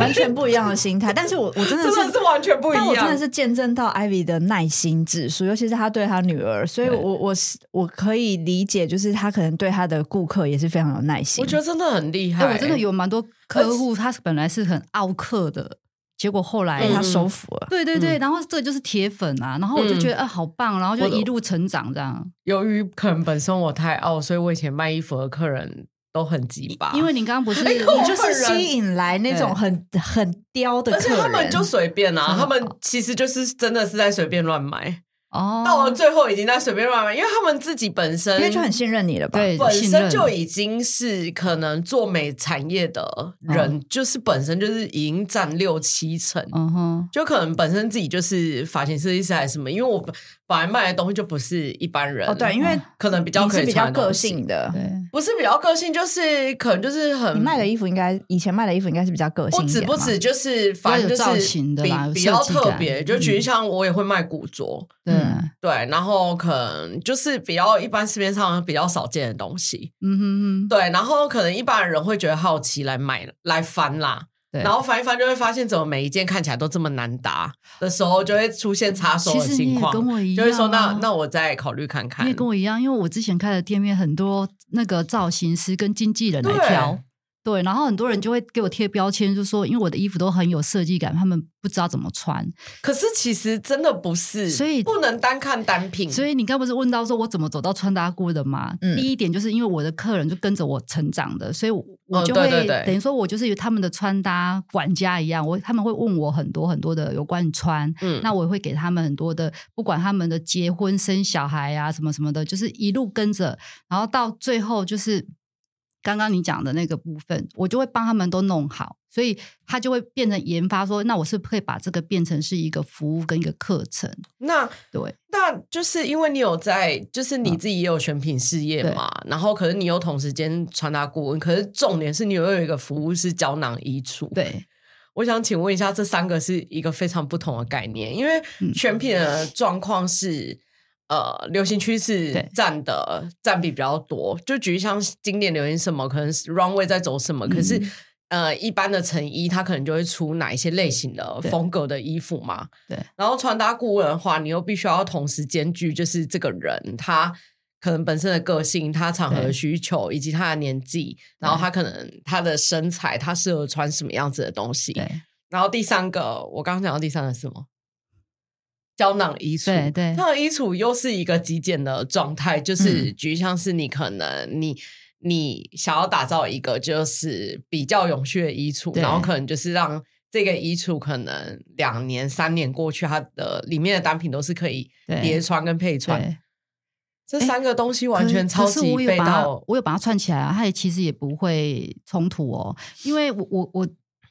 [SPEAKER 2] 完全不一样的心态，但是我我真的 是
[SPEAKER 1] 真的是完全不一样。
[SPEAKER 2] 但我真的是见证到 Ivy 的耐心指数，尤其是她对她女儿，所以我我是我可以理解，就是她可能对她的顾客也是非常有耐心。
[SPEAKER 1] 我觉得真的很厉害、欸
[SPEAKER 3] 哎，我真的有蛮多客户，他本来是很傲客的，结果后来
[SPEAKER 2] 被
[SPEAKER 1] 嗯
[SPEAKER 3] 他、
[SPEAKER 2] 她收服了，
[SPEAKER 3] 对对对，然后这就是铁粉啊，然后我就
[SPEAKER 1] 嗯
[SPEAKER 3] 觉得、啊好棒，然后就
[SPEAKER 1] 我
[SPEAKER 3] 一路成长这样。
[SPEAKER 1] 由于可能本身我太傲，所以我以前卖衣服的客人都哎很鸡巴，
[SPEAKER 3] 因为你刚刚不是、
[SPEAKER 2] 你就
[SPEAKER 1] 我 本
[SPEAKER 2] 是
[SPEAKER 1] 人
[SPEAKER 2] 吸引来那种很很刁的
[SPEAKER 1] 而且
[SPEAKER 2] 客
[SPEAKER 1] 他们
[SPEAKER 2] 人，
[SPEAKER 1] 就随便啊，
[SPEAKER 3] 真的
[SPEAKER 1] 他们其实就是真的是在随便乱买。
[SPEAKER 3] 哦，
[SPEAKER 1] 到了最后已经在随便乱买，因为他们自己本身
[SPEAKER 2] 因为就很信任你了吧？
[SPEAKER 3] 对
[SPEAKER 1] 本
[SPEAKER 3] 信
[SPEAKER 1] 身
[SPEAKER 3] 任
[SPEAKER 1] 就已经是可能做美产业的人，
[SPEAKER 2] 嗯
[SPEAKER 1] 就是本身就是已经占六七成。
[SPEAKER 3] 嗯哼，
[SPEAKER 1] 就可能本身自己就是发型设计师还是什么，因为我本本来卖的东西就不是一般人
[SPEAKER 2] 哦，对，因为
[SPEAKER 1] 可能比较
[SPEAKER 2] 你
[SPEAKER 1] 可
[SPEAKER 2] 是
[SPEAKER 1] 以
[SPEAKER 2] 比较
[SPEAKER 1] 穿的东
[SPEAKER 2] 个
[SPEAKER 1] 西
[SPEAKER 2] 性的，
[SPEAKER 3] 对，
[SPEAKER 1] 不是比较个性，就是可能就是很
[SPEAKER 2] 你卖的衣服应该以前卖的衣服应该是比较个性
[SPEAKER 1] 不
[SPEAKER 2] 一
[SPEAKER 1] 止
[SPEAKER 2] 点
[SPEAKER 1] 不
[SPEAKER 2] 嘛
[SPEAKER 1] 止，就是反正就
[SPEAKER 3] 比较有造
[SPEAKER 1] 是
[SPEAKER 3] 型的
[SPEAKER 1] 比
[SPEAKER 3] 啦有
[SPEAKER 1] 比较
[SPEAKER 3] 设计感
[SPEAKER 1] 特别，就举例像我也会卖古着，
[SPEAKER 3] 对，
[SPEAKER 2] 嗯
[SPEAKER 1] 对，然后可能就是比较一般市面上比较少见的东西，
[SPEAKER 3] 嗯哼哼，
[SPEAKER 1] 对，然后可能一般人会觉得好奇来买来翻啦。
[SPEAKER 3] 对
[SPEAKER 1] 然后翻一翻就会发现，怎么每一件看起来都这么难搭的时候，就会出现插手
[SPEAKER 3] 其
[SPEAKER 1] 的
[SPEAKER 3] 实你
[SPEAKER 1] 情
[SPEAKER 3] 也
[SPEAKER 1] 况，
[SPEAKER 3] 跟我一
[SPEAKER 1] 就
[SPEAKER 3] 样啊，
[SPEAKER 1] 会说那那我再考虑看看
[SPEAKER 3] 你也。跟我一样，因为我之前开的店面很多那个造型师跟经纪人来
[SPEAKER 1] 对
[SPEAKER 3] 挑。对，然后很多人就会给我贴标签，就说因为我的衣服都很有设计感，他们不知道怎么穿。
[SPEAKER 1] 可是其实真的不是，
[SPEAKER 3] 所以
[SPEAKER 1] 不能单看单品。
[SPEAKER 3] 所以你刚不是问到说我怎么走到穿搭顾的吗？
[SPEAKER 2] 嗯
[SPEAKER 3] 第一点就是因为我的客人就跟着我成长的，所以我我
[SPEAKER 1] 嗯
[SPEAKER 3] 就
[SPEAKER 1] 对
[SPEAKER 3] 会、
[SPEAKER 1] 对对
[SPEAKER 3] 等于说我就是有他们的穿搭管家一样，我他们会问我很多很多的有关于穿，
[SPEAKER 1] 嗯
[SPEAKER 3] 那我也会给他们很多的，不管他们的结婚生小孩啊什么什么的，就是一路跟着，然后到最后就是刚刚你讲的那个部分，我就会帮他们都弄好，所以他就会变成研发说，那我是不是可以把这个变成是一个服务跟一个课程，
[SPEAKER 1] 那
[SPEAKER 3] 对
[SPEAKER 1] 那就是因为你有在，就是你
[SPEAKER 3] 嗯
[SPEAKER 1] 自己也有选品事业嘛，然后可是你有同时间穿搭顾问，可是重点是你又有一个服务是胶囊衣橱。，
[SPEAKER 3] 对。
[SPEAKER 1] 我想请问一下，这三个是一个非常不同的概念，因为
[SPEAKER 3] 嗯
[SPEAKER 1] 选品的状况是。呃，流行趋势
[SPEAKER 3] 对
[SPEAKER 1] 占的占比比较多，就举像经典流行什么，可能是 runway 在走什么，可是
[SPEAKER 3] 嗯
[SPEAKER 1] 呃，一般的成衣它可能就会出哪一些类型的
[SPEAKER 3] 对
[SPEAKER 1] 风格的衣服嘛，
[SPEAKER 3] 对，
[SPEAKER 1] 然后穿搭顾问的话，你又必须要同时兼具，就是这个人他可能本身的个性、他场合的
[SPEAKER 3] 对
[SPEAKER 1] 需求以及他的年纪，然后他可能他的身材，他适合穿什么样子的东西。
[SPEAKER 3] 对，
[SPEAKER 1] 然后第三个，我刚刚讲到第三个是什么？胶囊衣橱，
[SPEAKER 3] 对对
[SPEAKER 1] 胶囊衣橱又是一个极简的状态，就是
[SPEAKER 3] 嗯
[SPEAKER 1] 举像是你可能你你想要打造一个就是比较永续的衣橱，
[SPEAKER 3] 对
[SPEAKER 1] 然后可能就是让这个衣橱可能两年三年过去，它的里面的单品都是可以
[SPEAKER 3] 对
[SPEAKER 1] 叠穿跟配穿。
[SPEAKER 3] 对，
[SPEAKER 1] 这三个东西完
[SPEAKER 3] 可
[SPEAKER 1] 全超
[SPEAKER 3] 可是
[SPEAKER 1] 级
[SPEAKER 3] 我有
[SPEAKER 1] 被
[SPEAKER 3] 把它
[SPEAKER 1] 到，
[SPEAKER 3] 我有把它串起来啊，它也其实也不会冲突哦，因为我我我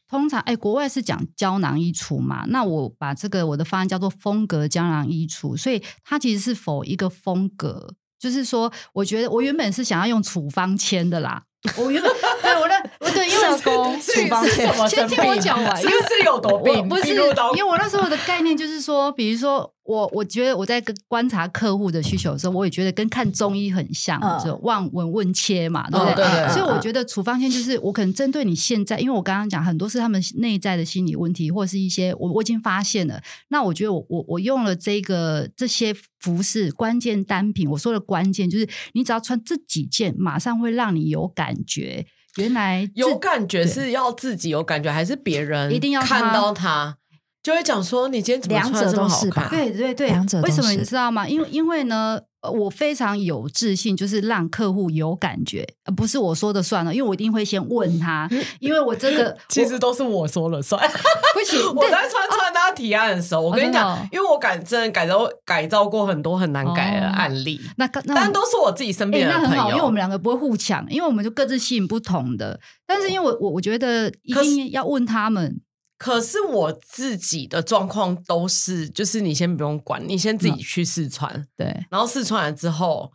[SPEAKER 3] 通常哎，国外是讲胶囊衣橱嘛，那我把这个我的方案叫做风格胶囊衣橱，所以它其实是否一个风格。就是说，我觉得我原本是想要用处方签的啦，我原本对我的我对，因为
[SPEAKER 2] 社工
[SPEAKER 1] 至于
[SPEAKER 2] 处方
[SPEAKER 1] 是
[SPEAKER 2] 签
[SPEAKER 1] 什么
[SPEAKER 3] 先
[SPEAKER 1] 生
[SPEAKER 3] 听我
[SPEAKER 1] 病啊
[SPEAKER 3] 讲完
[SPEAKER 1] 是
[SPEAKER 3] 因为
[SPEAKER 1] 不是有多
[SPEAKER 3] 我
[SPEAKER 1] 病？
[SPEAKER 3] 不是，
[SPEAKER 1] 病
[SPEAKER 3] 因
[SPEAKER 1] 入膏
[SPEAKER 3] 为我那时候的概念就是说，比如说我，我觉得我在跟观察客户的需求的时候，我也觉得跟看中医很像
[SPEAKER 2] 嗯，
[SPEAKER 3] 就望闻问切嘛，对不
[SPEAKER 1] 哦
[SPEAKER 3] 对？
[SPEAKER 1] 对对对
[SPEAKER 3] 所以我觉得处方线就是我可能针对你现在，因为我刚刚讲很多是他们内在的心理问题，或者是一些我我已经发现了。那我觉得我我我用了这个这些服饰关键单品，我说的关键就是你只要穿这几件，马上会让你有感觉。原来自
[SPEAKER 1] 有感觉是要自己有感觉，还是别人
[SPEAKER 3] 一定要他
[SPEAKER 1] 看到他就会讲说你今天怎么
[SPEAKER 2] 两
[SPEAKER 1] 穿的
[SPEAKER 2] 者
[SPEAKER 1] 这么
[SPEAKER 2] 都
[SPEAKER 1] 好
[SPEAKER 2] 是吧
[SPEAKER 1] 看？
[SPEAKER 3] 对对对，
[SPEAKER 2] 两者都
[SPEAKER 3] 为什么
[SPEAKER 2] 是
[SPEAKER 3] 你知道吗？因为因为呢，呃我非常有自信，就是让客户有感觉，呃不是我说的算了，因为我一定会先问他，因为我这个
[SPEAKER 1] 嗯 其实都是我说了算。
[SPEAKER 3] 不行，
[SPEAKER 1] 我
[SPEAKER 3] 对
[SPEAKER 1] 在穿穿搭提案的时候，我跟你讲
[SPEAKER 3] 哦真的哦，
[SPEAKER 1] 因为我改真的改造改造过很多很难改的案例，
[SPEAKER 3] 那哦刚那我
[SPEAKER 1] 但都是我自己身
[SPEAKER 3] 哎、
[SPEAKER 1] 边的
[SPEAKER 3] 那
[SPEAKER 1] 朋
[SPEAKER 3] 很好，因为我
[SPEAKER 1] 友
[SPEAKER 3] 们。两个不会互抢，因为我们就各自吸引不同的。但是因为我我我觉得一
[SPEAKER 1] 可是
[SPEAKER 3] 定要问他们，
[SPEAKER 1] 可是我自己的状况都是，就是你先不用管，你先自己去试穿，
[SPEAKER 3] 对
[SPEAKER 1] 然后试穿了之后。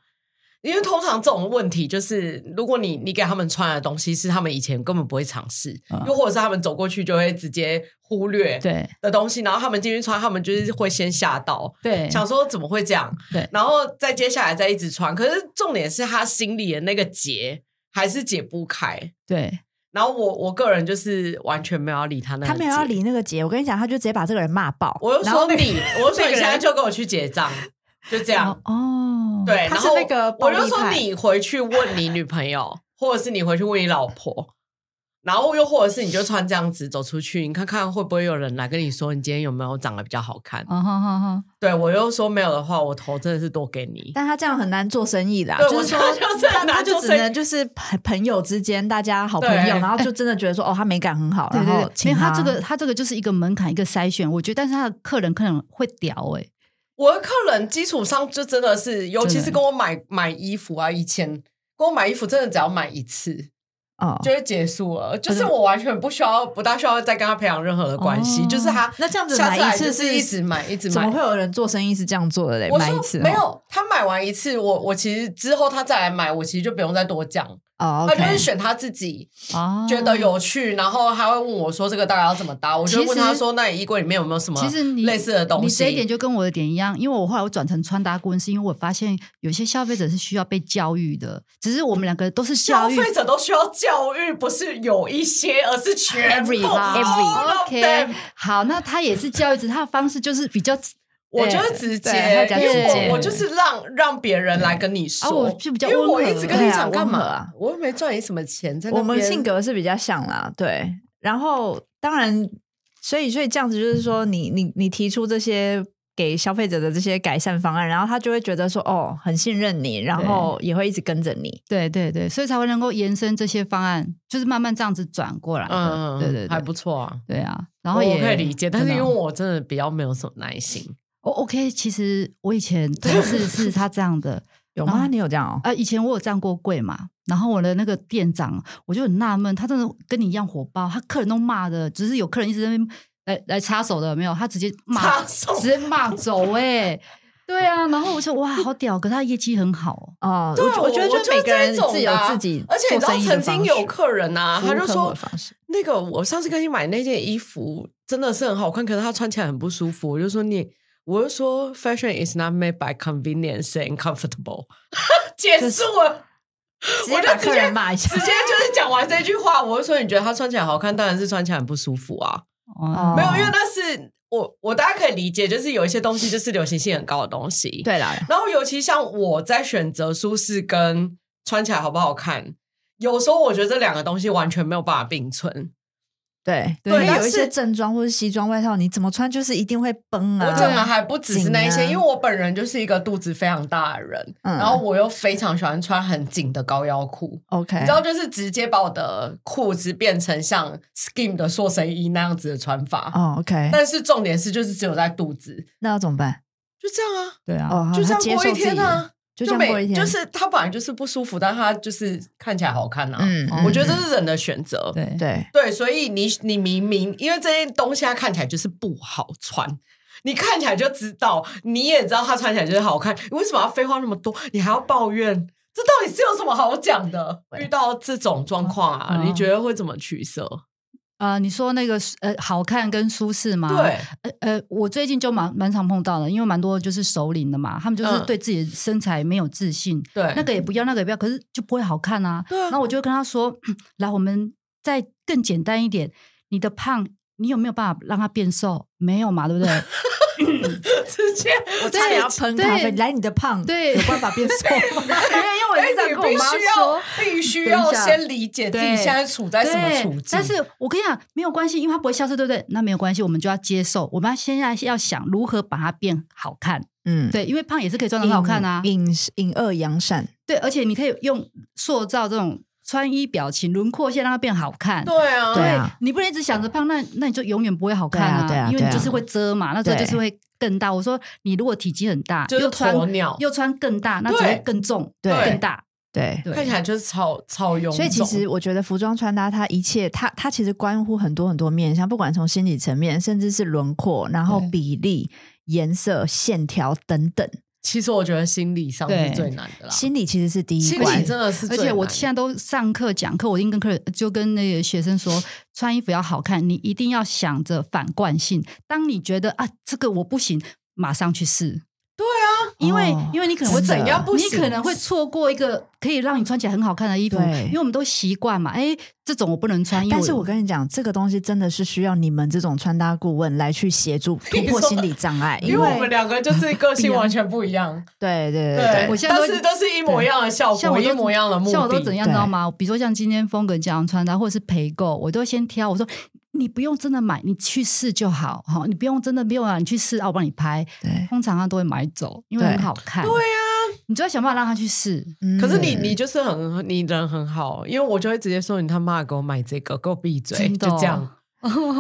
[SPEAKER 1] 因为通常这种问题就是，如果你你给他们穿的东西是他们以前根本不会尝试，
[SPEAKER 3] 嗯
[SPEAKER 1] 又或者是他们走过去就会直接忽略
[SPEAKER 3] 对
[SPEAKER 1] 的东西，然后他们进去穿，他们就是会先吓到，
[SPEAKER 3] 对，
[SPEAKER 1] 想说怎么会这样，
[SPEAKER 3] 对
[SPEAKER 1] 然后再接下来再一直穿。可是重点是他心里的那个结还是解不开。
[SPEAKER 3] 对
[SPEAKER 1] 然后我我个人就是完全没有要理嗯他那个
[SPEAKER 2] 他没有要
[SPEAKER 1] 结，
[SPEAKER 2] 理那个姐，我跟你讲，他就直接把这个人骂爆。
[SPEAKER 1] 我就
[SPEAKER 2] 然后
[SPEAKER 1] 说你， 我就说
[SPEAKER 2] 那个
[SPEAKER 1] 你现在
[SPEAKER 2] 人
[SPEAKER 1] 就跟我去结账，就这样。
[SPEAKER 3] 哦，
[SPEAKER 1] 对，
[SPEAKER 2] 他
[SPEAKER 1] 然
[SPEAKER 2] 是
[SPEAKER 1] 后
[SPEAKER 2] 那个暴
[SPEAKER 1] 我
[SPEAKER 2] 力
[SPEAKER 1] 就说
[SPEAKER 2] 派
[SPEAKER 1] 你回去问你女朋友， 或者是你回去问你老婆，然后又或者是你就穿这样子走出去，你看看会不会有人来跟你说你今天有没有长得比较好
[SPEAKER 2] 哦
[SPEAKER 1] 看？
[SPEAKER 3] 啊哈哈哈，
[SPEAKER 1] 对我又说没有的话，我头真的是多给你。
[SPEAKER 2] 但他这样很难做生意啦，啊
[SPEAKER 1] 对
[SPEAKER 2] 就是说
[SPEAKER 1] 我觉得就是
[SPEAKER 2] 他
[SPEAKER 1] 很难
[SPEAKER 2] 他就
[SPEAKER 1] 做
[SPEAKER 2] 只
[SPEAKER 1] 生意
[SPEAKER 2] 能就是朋朋友之间，大家好朋
[SPEAKER 1] 对
[SPEAKER 2] 友，然后就真的觉得说哦，他美感很好，
[SPEAKER 3] 对
[SPEAKER 2] 然
[SPEAKER 3] 对
[SPEAKER 2] 后
[SPEAKER 3] 对，没
[SPEAKER 2] 请
[SPEAKER 3] 有他这个他这个就是一个门槛一个筛选，我觉得，但是他的客人可能会屌哎、
[SPEAKER 1] 我的客人基础上就真的是，尤其是跟我买买衣服啊，以前跟我买衣服真的只要买一次
[SPEAKER 2] 哦，
[SPEAKER 1] 就会结束了，就是我完全不需要，不大需要再跟他培养任何的关系，
[SPEAKER 2] 哦
[SPEAKER 1] 就是他
[SPEAKER 2] 那这样子
[SPEAKER 1] 下
[SPEAKER 2] 买
[SPEAKER 1] 来
[SPEAKER 2] 一次
[SPEAKER 1] 就是
[SPEAKER 2] 是
[SPEAKER 1] 一直买一直
[SPEAKER 2] 怎么
[SPEAKER 1] 买
[SPEAKER 2] 会。有人做生意是这样做的嘞？
[SPEAKER 1] 我
[SPEAKER 2] 买一
[SPEAKER 1] 说
[SPEAKER 2] 次哦
[SPEAKER 1] 没有，他买完一次，我我其实之后他再来买，我其实就不用再多讲
[SPEAKER 2] 哦
[SPEAKER 1] 他就是
[SPEAKER 2] ，OK，
[SPEAKER 1] 选他自己
[SPEAKER 3] 哦
[SPEAKER 1] 觉得有趣，然后他会问我说这个大概要怎么搭，我就
[SPEAKER 3] 其
[SPEAKER 1] 问
[SPEAKER 3] 实
[SPEAKER 1] 他说那你衣柜里面有没有什么
[SPEAKER 3] 其实你
[SPEAKER 1] 类似的东
[SPEAKER 3] 你
[SPEAKER 1] 西？
[SPEAKER 3] 这一点就跟我的点一样，因为我后来我转成穿搭顾问，是因为我发现有些消费者是需要被教育的，只是我们两个都是
[SPEAKER 1] 消
[SPEAKER 3] 教育。
[SPEAKER 1] 费者都需要教育，不是有一些，而是全部
[SPEAKER 2] Every-
[SPEAKER 1] all of
[SPEAKER 3] OK，
[SPEAKER 1] them
[SPEAKER 3] 好，那他也是教育，只是他的方式就是比较
[SPEAKER 1] 我就是直接，
[SPEAKER 2] 对他
[SPEAKER 1] 因
[SPEAKER 2] 比较直接
[SPEAKER 1] 为我我就是让让别人来跟你说，
[SPEAKER 3] 啊我就比较
[SPEAKER 1] 因为我
[SPEAKER 3] 温和
[SPEAKER 1] 一直跟你讲
[SPEAKER 2] 对
[SPEAKER 1] 干
[SPEAKER 2] 啊温
[SPEAKER 1] 嘛
[SPEAKER 2] 和啊
[SPEAKER 1] 我又没赚你什么钱，在那
[SPEAKER 2] 我
[SPEAKER 1] 边
[SPEAKER 2] 们性格是比较像啦，对。然后当然，所以所以这样子就是说你，你你提出这些给消费者的这些改善方案，然后他就会觉得说，哦，很信任你，然后也会一直跟着你。
[SPEAKER 3] 对对对，所以才会能够延伸这些方案，就是慢慢这样子转过来的。
[SPEAKER 1] 嗯，
[SPEAKER 3] 对对对，
[SPEAKER 1] 还不错啊。
[SPEAKER 3] 对啊。
[SPEAKER 1] 然
[SPEAKER 3] 然后
[SPEAKER 1] 后
[SPEAKER 3] 也
[SPEAKER 1] 我可以理解，但是
[SPEAKER 3] 真
[SPEAKER 1] 因
[SPEAKER 3] 的啊
[SPEAKER 2] 哦
[SPEAKER 1] 为我真的比较没有什么耐心，
[SPEAKER 3] 哦 OK，其实我以前同事是他这样的，
[SPEAKER 2] 有
[SPEAKER 3] 然
[SPEAKER 2] 吗？
[SPEAKER 3] 后
[SPEAKER 1] 嗯
[SPEAKER 2] 你有这样哦？
[SPEAKER 3] 呃，以前我有站过柜嘛，然后我的那个店长，我就很纳闷，他真的跟你一样火爆，他客人都骂的，只是有客人一直在那边来来插手的，有没有，他直接骂
[SPEAKER 1] 插，手
[SPEAKER 3] 直接骂走、 欸，哎，对啊，然后我说哇，好屌，可是他业绩很好、哦，
[SPEAKER 2] 哦，
[SPEAKER 1] 对啊
[SPEAKER 2] 我觉得
[SPEAKER 1] 我
[SPEAKER 2] 就是每个人
[SPEAKER 1] 这种
[SPEAKER 2] 自有
[SPEAKER 1] 的啊
[SPEAKER 2] 自己
[SPEAKER 1] 而且你
[SPEAKER 2] 做
[SPEAKER 1] 知道
[SPEAKER 2] 生意的
[SPEAKER 1] 曾
[SPEAKER 2] 方
[SPEAKER 1] 经
[SPEAKER 2] 式
[SPEAKER 1] 有客人啊，
[SPEAKER 2] 服务
[SPEAKER 1] 他就
[SPEAKER 2] 客户
[SPEAKER 1] 说
[SPEAKER 2] 的方式
[SPEAKER 1] 那个我上次跟你买那件衣服真的是很好看，可是它穿起来很不舒服。我就说你，我就说 fashion is not made by convenience and comfortable，结 束了。
[SPEAKER 2] 直
[SPEAKER 1] 我
[SPEAKER 2] 接
[SPEAKER 1] 就
[SPEAKER 2] 把
[SPEAKER 1] 直
[SPEAKER 2] 客
[SPEAKER 1] 接
[SPEAKER 2] 人骂一下
[SPEAKER 1] 直接就是讲完这句话，我就说你觉得它穿起来好看，当然是穿起来很不舒服啊。
[SPEAKER 3] 嗯
[SPEAKER 2] 哦
[SPEAKER 1] 没有，因为那是我我大家可以理解，就是有一些东西就是流行性很高的东西。
[SPEAKER 2] 对啦，
[SPEAKER 1] 然后尤其像我在选择舒适跟穿起来好不好看，有时候我觉得这两个东西完全没有办法并存。
[SPEAKER 2] 对
[SPEAKER 3] 对
[SPEAKER 2] 因为有
[SPEAKER 1] 但
[SPEAKER 2] 一些
[SPEAKER 1] 是
[SPEAKER 2] 正装或者西装外套，你怎么穿就是一定会崩啊。
[SPEAKER 1] 我讲的还不只是那一些，
[SPEAKER 2] 紧啊
[SPEAKER 1] 因为我本人就是一个肚子非常大的人，
[SPEAKER 2] 嗯
[SPEAKER 1] 然后我又非常喜欢穿很紧的高腰裤。
[SPEAKER 2] OK，
[SPEAKER 1] 你知道，就是直接把我的裤子变成像 Skim 的塑身衣那样子的穿法，
[SPEAKER 2] 哦，OK，
[SPEAKER 1] 但是重点是就是只有在肚子，
[SPEAKER 2] 那要怎么办？
[SPEAKER 1] 就这样啊，
[SPEAKER 3] 对啊，
[SPEAKER 2] 哦，好
[SPEAKER 1] 就这
[SPEAKER 2] 他
[SPEAKER 1] 样
[SPEAKER 2] 接
[SPEAKER 1] 过一
[SPEAKER 2] 受自己
[SPEAKER 1] 天
[SPEAKER 2] 的，
[SPEAKER 1] 啊，
[SPEAKER 2] 就这样
[SPEAKER 1] 每
[SPEAKER 2] 过一天，
[SPEAKER 1] 就是它本来就是不舒服，但它就是看起来好看啊。
[SPEAKER 2] 嗯，嗯
[SPEAKER 1] 我觉得这是人的选择，
[SPEAKER 3] 对对
[SPEAKER 2] 对，
[SPEAKER 1] 对，所以你你明明因为这件东西它看起来就是不好穿，你看起来就知道，你也知道它穿起来就是好看，你为什么要废话那么多？你还要抱怨？这到底是有什么好讲的？遇到这种状况啊，
[SPEAKER 3] 嗯
[SPEAKER 1] 你觉得会怎么取舍？
[SPEAKER 3] 啊、你说那个呃好看跟舒适
[SPEAKER 2] 啊
[SPEAKER 3] 吗？
[SPEAKER 1] 对，
[SPEAKER 3] 呃呃，我最近就蛮蛮常碰到的，因为蛮多就是首领的嘛，他们就是
[SPEAKER 1] 嗯
[SPEAKER 3] 对自己的身材没有自信，
[SPEAKER 1] 对，
[SPEAKER 3] 那个也不要，那个也不要，可是就不会好看啊。
[SPEAKER 1] 对啊
[SPEAKER 3] 然后我就会跟他说， 来，我们再更简单一点，你的胖，你有没有办法让它变瘦？没有嘛，对 哎不 对？
[SPEAKER 1] 直接
[SPEAKER 2] 我差点要喷咖啡，
[SPEAKER 3] 对
[SPEAKER 2] 来你的胖，
[SPEAKER 3] 对
[SPEAKER 2] 有办法变瘦 吗？
[SPEAKER 3] 因为因为我也是这
[SPEAKER 1] 哎，
[SPEAKER 3] 样
[SPEAKER 1] 你
[SPEAKER 3] 跟我
[SPEAKER 1] 必
[SPEAKER 3] 妈
[SPEAKER 1] 须要
[SPEAKER 3] 说。
[SPEAKER 1] 必须
[SPEAKER 3] 等一
[SPEAKER 1] 要
[SPEAKER 3] 下
[SPEAKER 1] 先理解自己
[SPEAKER 3] 对
[SPEAKER 1] 现在处在什么处
[SPEAKER 3] 对
[SPEAKER 1] 境，，
[SPEAKER 3] 但是我跟你讲，没有关系，因为它不会消失，对不对？那没有关系，我们就要接受，我们要现在要想如何把它变好看。
[SPEAKER 2] 嗯，
[SPEAKER 3] 对，因为胖也是可以穿
[SPEAKER 2] 引，
[SPEAKER 3] 的很好看啊。
[SPEAKER 2] 引引恶扬善，
[SPEAKER 3] 对，而且你可以用塑造这种穿衣表情、轮廓线，让它变好看。
[SPEAKER 1] 对啊，
[SPEAKER 2] 对
[SPEAKER 3] 对
[SPEAKER 2] 啊
[SPEAKER 3] 你不能一直想着胖，那那你就永远不会好看
[SPEAKER 2] 对啊对啊
[SPEAKER 3] 因为
[SPEAKER 2] 对啊
[SPEAKER 3] 你就是会遮嘛，那时候
[SPEAKER 2] 对
[SPEAKER 3] 就是会更大。我说你如果体积很大，
[SPEAKER 1] 就是
[SPEAKER 3] 又穿
[SPEAKER 1] 鸵鸟
[SPEAKER 3] 又穿更大，那只会更重，
[SPEAKER 2] 对
[SPEAKER 3] 更大，
[SPEAKER 2] 对。
[SPEAKER 3] 对，
[SPEAKER 1] 看起来就是超超臃肿。
[SPEAKER 2] 所以其实我觉得服装穿搭，它一切它它其实关乎很多很多面向，不管从心理层面，甚至是轮廓，然后
[SPEAKER 3] 对
[SPEAKER 2] 比例、颜色、线条等等，
[SPEAKER 1] 其实我觉得心理上是
[SPEAKER 3] 对
[SPEAKER 1] 最难的啦，
[SPEAKER 2] 心理其实是第一
[SPEAKER 1] 心
[SPEAKER 2] 关
[SPEAKER 1] 理。真的是最
[SPEAKER 3] 而
[SPEAKER 1] 难的，
[SPEAKER 3] 且我现在都上课讲课，我已经跟客人就跟那个学生说，穿衣服要好看，你一定要想着反惯性。当你觉得啊，这个我不行，马上去试。对啊，因为、
[SPEAKER 2] 哦
[SPEAKER 3] 因为你可能
[SPEAKER 2] 我
[SPEAKER 3] 会
[SPEAKER 2] 怎样
[SPEAKER 1] 不行
[SPEAKER 3] 你可能会错过一个可以让你穿起来很好看的衣服，
[SPEAKER 2] 对
[SPEAKER 3] 因为我们都习惯嘛。哎，这种我不能穿，因为
[SPEAKER 2] 但是我跟你讲，这个东西真的是需要你们这种穿搭顾问来去协助 突破心理障碍，
[SPEAKER 1] 因为我们两个就是个性完全不一 样，
[SPEAKER 2] 对对
[SPEAKER 1] 对，
[SPEAKER 2] 对
[SPEAKER 3] 我
[SPEAKER 2] 对
[SPEAKER 3] 现在都
[SPEAKER 1] 但是都是一模一样的效
[SPEAKER 3] 像我
[SPEAKER 1] 果，
[SPEAKER 3] 都
[SPEAKER 1] 哦一模一样的目的，
[SPEAKER 3] 像我都怎样，知道
[SPEAKER 2] 对
[SPEAKER 3] 吗？比如说像今天风格这样穿搭，或者是陪购，我都先挑。我说你不用真的买，你去试就好，哈，你不用真的不用啊，你去试啊，我帮你拍。
[SPEAKER 2] 对，
[SPEAKER 3] 通常他都会买走，因为
[SPEAKER 2] 对
[SPEAKER 3] 很好看。
[SPEAKER 1] 对啊。
[SPEAKER 3] 你就要想办法让他去试。
[SPEAKER 2] 嗯
[SPEAKER 1] 可是你你就是很你人很好，因为我就会直接说你他妈给我买这个，给我闭嘴，
[SPEAKER 3] 真的
[SPEAKER 1] 就
[SPEAKER 3] 哦
[SPEAKER 1] 这样。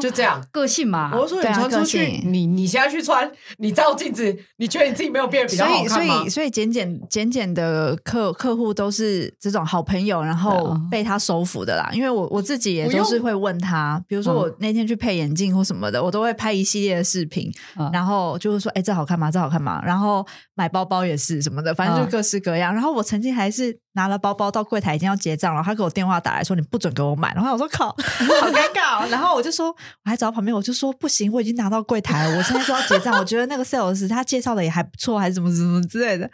[SPEAKER 1] 就这样。
[SPEAKER 3] 个性嘛，
[SPEAKER 1] 我说你
[SPEAKER 2] 对啊
[SPEAKER 1] 穿出
[SPEAKER 2] 个
[SPEAKER 1] 去，
[SPEAKER 2] 性
[SPEAKER 1] 你你现在去穿，你照镜子， 你觉得你自己没有变得比较
[SPEAKER 2] 所
[SPEAKER 1] 好
[SPEAKER 2] 以，所
[SPEAKER 1] 看吗
[SPEAKER 2] 以，？所以简简简简的客客户都是这种好朋友，然
[SPEAKER 3] 对
[SPEAKER 2] 后
[SPEAKER 3] 啊
[SPEAKER 2] 被他收服的啦。因为我我自己也
[SPEAKER 1] 不
[SPEAKER 2] 都
[SPEAKER 1] 用
[SPEAKER 2] 是会问他，比如说
[SPEAKER 3] 嗯
[SPEAKER 2] 我那天去配眼镜或什么的，我都会拍一系列的视频，
[SPEAKER 3] 嗯
[SPEAKER 2] 然后就会说：“哎、这好看吗？这好看吗？”然后买包包也是什么的，反正就
[SPEAKER 3] 嗯
[SPEAKER 2] 各式各样。然后我曾经还是拿了包包到柜台已经要结账了，他给我电话打来说：“你不准给我买。”然后我说：“靠， 好尴尬、哦。”然后我就说：“我还找旁边，我就说：“不行，我已经拿到柜台了，我现在就要结账。我觉得那个 sales 他介绍的也还不错，还是怎么怎么之类的。”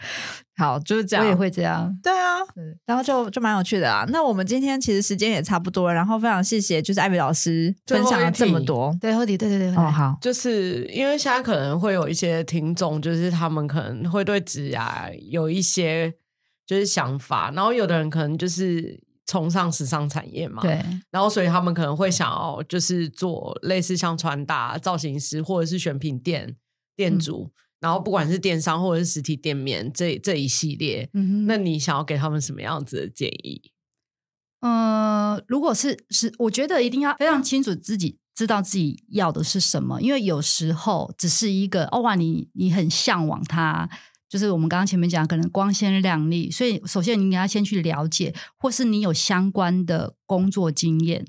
[SPEAKER 2] 好，就是这样。
[SPEAKER 3] 我也会这样。
[SPEAKER 2] 对啊，然后就就蛮有趣的啊。那我们今天其实时间也差不多了，然后非常谢谢就是艾比老师
[SPEAKER 1] 最
[SPEAKER 2] 分
[SPEAKER 1] 后
[SPEAKER 2] 享了
[SPEAKER 1] 一
[SPEAKER 2] 这么
[SPEAKER 1] 题
[SPEAKER 2] 多。
[SPEAKER 3] 对，后底，对对对，
[SPEAKER 2] 哦，好，
[SPEAKER 1] 就是因为现在可能会有一些听众，就是他们可能会对职涯有一些就是想法，然后有的人可能就是崇尚时尚产业嘛，
[SPEAKER 3] 对，
[SPEAKER 1] 然后所以他们可能会想要就是做类似像穿搭、造型师或者是选品店
[SPEAKER 2] 嗯
[SPEAKER 1] 店主，然后不管是电商或者是实体店面这这一系列，
[SPEAKER 3] 嗯哼，
[SPEAKER 1] 那你想要给他们什么样子的建议？
[SPEAKER 3] 呃，如果是是，我觉得一定要非常清楚自己知道自己要的是什么，因为有时候只是一个哦哇，你你很向往它，就是我们刚刚前面讲，可能光鲜亮丽，所以首先你应该先去了解，或是你有相关的工作经验，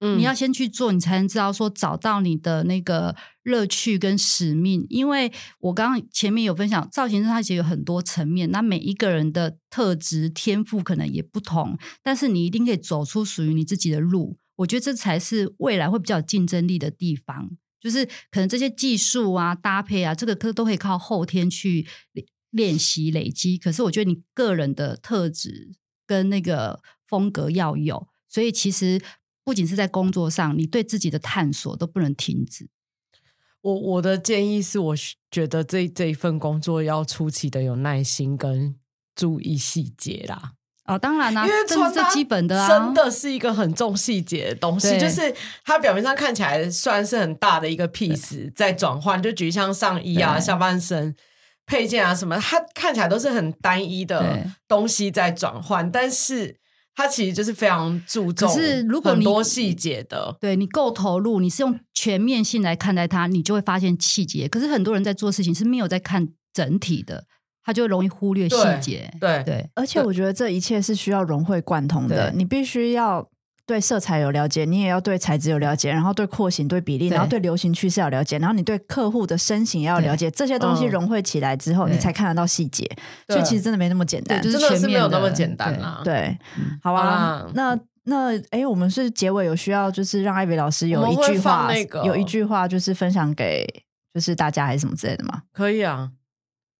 [SPEAKER 1] 嗯
[SPEAKER 3] 你要先去做，你才能知道说找到你的那个乐趣跟使命。因为我刚刚前面有分享，造型师他其实有很多层面，那每一个人的特质、天赋可能也不同，但是你一定可以走出属于你自己的路。我觉得这才是未来会比较有竞争力的地方，就是可能这些技术啊、搭配啊，这个都都可以靠后天去练练习累积。可是我觉得你个人的特质跟那个风格要有，所以其实不仅是在工作上，你对自己的探索都不能停止。
[SPEAKER 1] 我我的建议是，我觉得这这一份工作要出奇的有耐心跟注意细节啦，
[SPEAKER 3] 哦，当然啦、
[SPEAKER 1] 因为
[SPEAKER 3] 这是
[SPEAKER 1] 穿
[SPEAKER 3] 最
[SPEAKER 1] 搭
[SPEAKER 3] 基本的啊，
[SPEAKER 1] 真的是一个很重细节的东西。
[SPEAKER 3] 对
[SPEAKER 1] 就是它表面上看起来虽然是很大的一个 piece 在转换，就举像上衣啊、
[SPEAKER 3] 对
[SPEAKER 1] 下半身配件啊什么，它看起来都是很单一的
[SPEAKER 3] 对
[SPEAKER 1] 东西在转换，但是它其实就是非常注重，
[SPEAKER 3] 可是如果
[SPEAKER 1] 很
[SPEAKER 3] 你
[SPEAKER 1] 多细节的，
[SPEAKER 3] 对你够投入，你是用全面性来看待它，你就会发现细节。可是很多人在做事情是没有在看整体的，他就容易忽略细
[SPEAKER 1] 对
[SPEAKER 3] 节。
[SPEAKER 1] 对
[SPEAKER 3] 对
[SPEAKER 2] 而且我觉得这一切是需要融会贯通的，
[SPEAKER 3] 对
[SPEAKER 2] 你必须要对色彩有了解，你也要对材质有了解，然后对廓形、对比例，
[SPEAKER 3] 对
[SPEAKER 2] 然后对流行趋势要了解，然后你对客户的身形也要了解，这些东西
[SPEAKER 1] 嗯
[SPEAKER 2] 融汇起来之后，
[SPEAKER 3] 对
[SPEAKER 2] 你才看得到细节。
[SPEAKER 1] 对
[SPEAKER 2] 所以其实真的没那么简单
[SPEAKER 3] 对。就是
[SPEAKER 1] 真的是
[SPEAKER 3] 全
[SPEAKER 1] 没有
[SPEAKER 3] 面的
[SPEAKER 1] 那么简单啦。
[SPEAKER 2] 对
[SPEAKER 3] 嗯，
[SPEAKER 2] 好啊
[SPEAKER 1] 好啦，嗯
[SPEAKER 2] 那。那哎，我们是结尾有需要，就是让艾比老师有
[SPEAKER 1] 我
[SPEAKER 2] 一
[SPEAKER 1] 们会
[SPEAKER 2] 句话，
[SPEAKER 1] 放那个
[SPEAKER 2] 有一句话就是分享给就是大家还是什么之类 的吗？
[SPEAKER 1] 可以啊。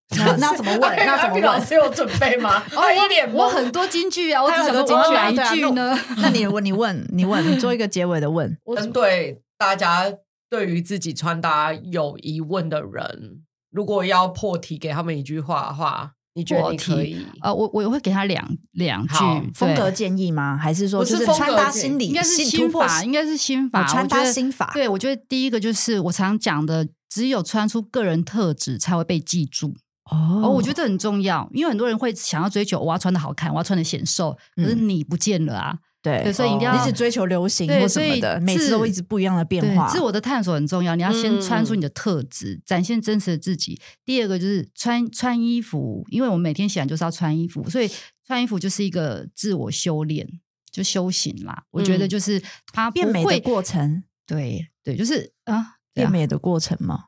[SPEAKER 2] 那那怎么问？那怎么
[SPEAKER 1] 哎老
[SPEAKER 2] 问？
[SPEAKER 1] 师有准备 吗？他一脸懵
[SPEAKER 3] 我很多金句啊，我只
[SPEAKER 2] 还有
[SPEAKER 3] 想
[SPEAKER 2] 很
[SPEAKER 3] 说
[SPEAKER 2] 多
[SPEAKER 3] 我要
[SPEAKER 2] 金句啊
[SPEAKER 3] 哪一
[SPEAKER 2] 对啊
[SPEAKER 3] 句呢？
[SPEAKER 2] 那你问，你问，你问，你做一个结尾的问。
[SPEAKER 1] 针对大家对于自己穿搭有疑问的人，如果要破题给他们一句话的话，你觉得你可以？
[SPEAKER 3] 呃，我我会给他两两句
[SPEAKER 1] 好
[SPEAKER 2] 风格
[SPEAKER 3] 对
[SPEAKER 2] 建议吗？还是说
[SPEAKER 1] 不
[SPEAKER 2] 就是是
[SPEAKER 1] 风格
[SPEAKER 2] 穿搭
[SPEAKER 1] 建议
[SPEAKER 2] 心理？
[SPEAKER 3] 应该是
[SPEAKER 2] 性
[SPEAKER 3] 心
[SPEAKER 2] 突破
[SPEAKER 3] 法，应该是心
[SPEAKER 2] 哦
[SPEAKER 3] 法，
[SPEAKER 2] 穿
[SPEAKER 3] 我
[SPEAKER 2] 搭
[SPEAKER 3] 觉得
[SPEAKER 2] 心法
[SPEAKER 3] 对，我觉得第一个就是我常讲的，只有穿出个人特质才会被记住。
[SPEAKER 2] 哦
[SPEAKER 3] 哦，我觉得这很重要，因为很多人会想要追求我要穿的好看，我要穿的显瘦，可是
[SPEAKER 2] 嗯
[SPEAKER 3] 你不见了啊。
[SPEAKER 2] 对
[SPEAKER 3] 对所以一定要
[SPEAKER 2] 哦你只追求流行
[SPEAKER 3] 对
[SPEAKER 2] 或什么
[SPEAKER 3] 所
[SPEAKER 2] 的，
[SPEAKER 3] 以
[SPEAKER 2] 每次
[SPEAKER 3] 自
[SPEAKER 2] 都一直不一样的变化。
[SPEAKER 3] 对，自我的探索很重要，你要先
[SPEAKER 1] 嗯
[SPEAKER 3] 穿出你的特质，展现真实的自己。第二个就是穿穿衣服，因为我们每天显然就是要穿衣服，所以穿衣服就是一个自我修炼，就修行啦。我觉得
[SPEAKER 1] 嗯
[SPEAKER 3] 就是它
[SPEAKER 2] 变
[SPEAKER 3] 不
[SPEAKER 2] 美的
[SPEAKER 3] 会
[SPEAKER 2] 过程，
[SPEAKER 3] 对对，就是啊，对
[SPEAKER 2] 变
[SPEAKER 3] 啊
[SPEAKER 2] 美的过程吗？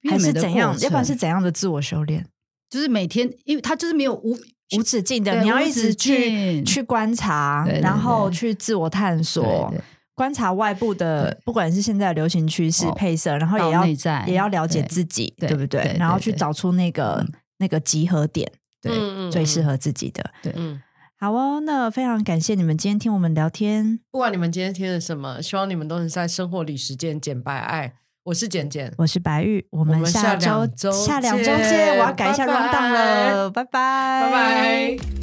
[SPEAKER 3] 变
[SPEAKER 2] 还
[SPEAKER 3] 美
[SPEAKER 2] 是
[SPEAKER 3] 的
[SPEAKER 2] 怎
[SPEAKER 3] 过
[SPEAKER 2] 样？要不然是
[SPEAKER 3] 程
[SPEAKER 2] 怎样的自我修炼？
[SPEAKER 3] 就是每天，因为它就是没有无
[SPEAKER 2] 无止境的，
[SPEAKER 3] 对
[SPEAKER 2] 你要
[SPEAKER 3] 无
[SPEAKER 2] 一直
[SPEAKER 3] 止
[SPEAKER 2] 去
[SPEAKER 3] 境
[SPEAKER 2] 去观察
[SPEAKER 3] 对，对
[SPEAKER 2] 然后
[SPEAKER 3] 对
[SPEAKER 2] 去自我探索
[SPEAKER 3] 对，对
[SPEAKER 2] 观察外部的，不管是现在的流行趋势
[SPEAKER 3] 哦
[SPEAKER 2] 配色，然后
[SPEAKER 3] 到
[SPEAKER 2] 也要
[SPEAKER 3] 内在
[SPEAKER 2] 也要了解
[SPEAKER 3] 对
[SPEAKER 2] 自己，
[SPEAKER 3] 对
[SPEAKER 2] 对不
[SPEAKER 3] 对
[SPEAKER 2] 对？
[SPEAKER 3] 对
[SPEAKER 2] 然后去
[SPEAKER 3] 对嗯
[SPEAKER 2] 找出那个那个集合点，
[SPEAKER 3] 对
[SPEAKER 1] 嗯
[SPEAKER 2] 最适。合自己的。
[SPEAKER 1] 嗯，嗯
[SPEAKER 2] 好哦，那非常感谢你们今天听我们聊天。
[SPEAKER 1] 不管你们今天听了什么，希望你们都能在生活里实践简白爱。我是简简，
[SPEAKER 2] 我是白玉，我
[SPEAKER 1] 们
[SPEAKER 2] 们下
[SPEAKER 1] 下两
[SPEAKER 2] 周
[SPEAKER 1] 周
[SPEAKER 2] 下两周
[SPEAKER 1] 见
[SPEAKER 2] 见。我要改一下 round
[SPEAKER 1] 拜拜
[SPEAKER 2] down 了，拜拜，
[SPEAKER 1] 拜拜。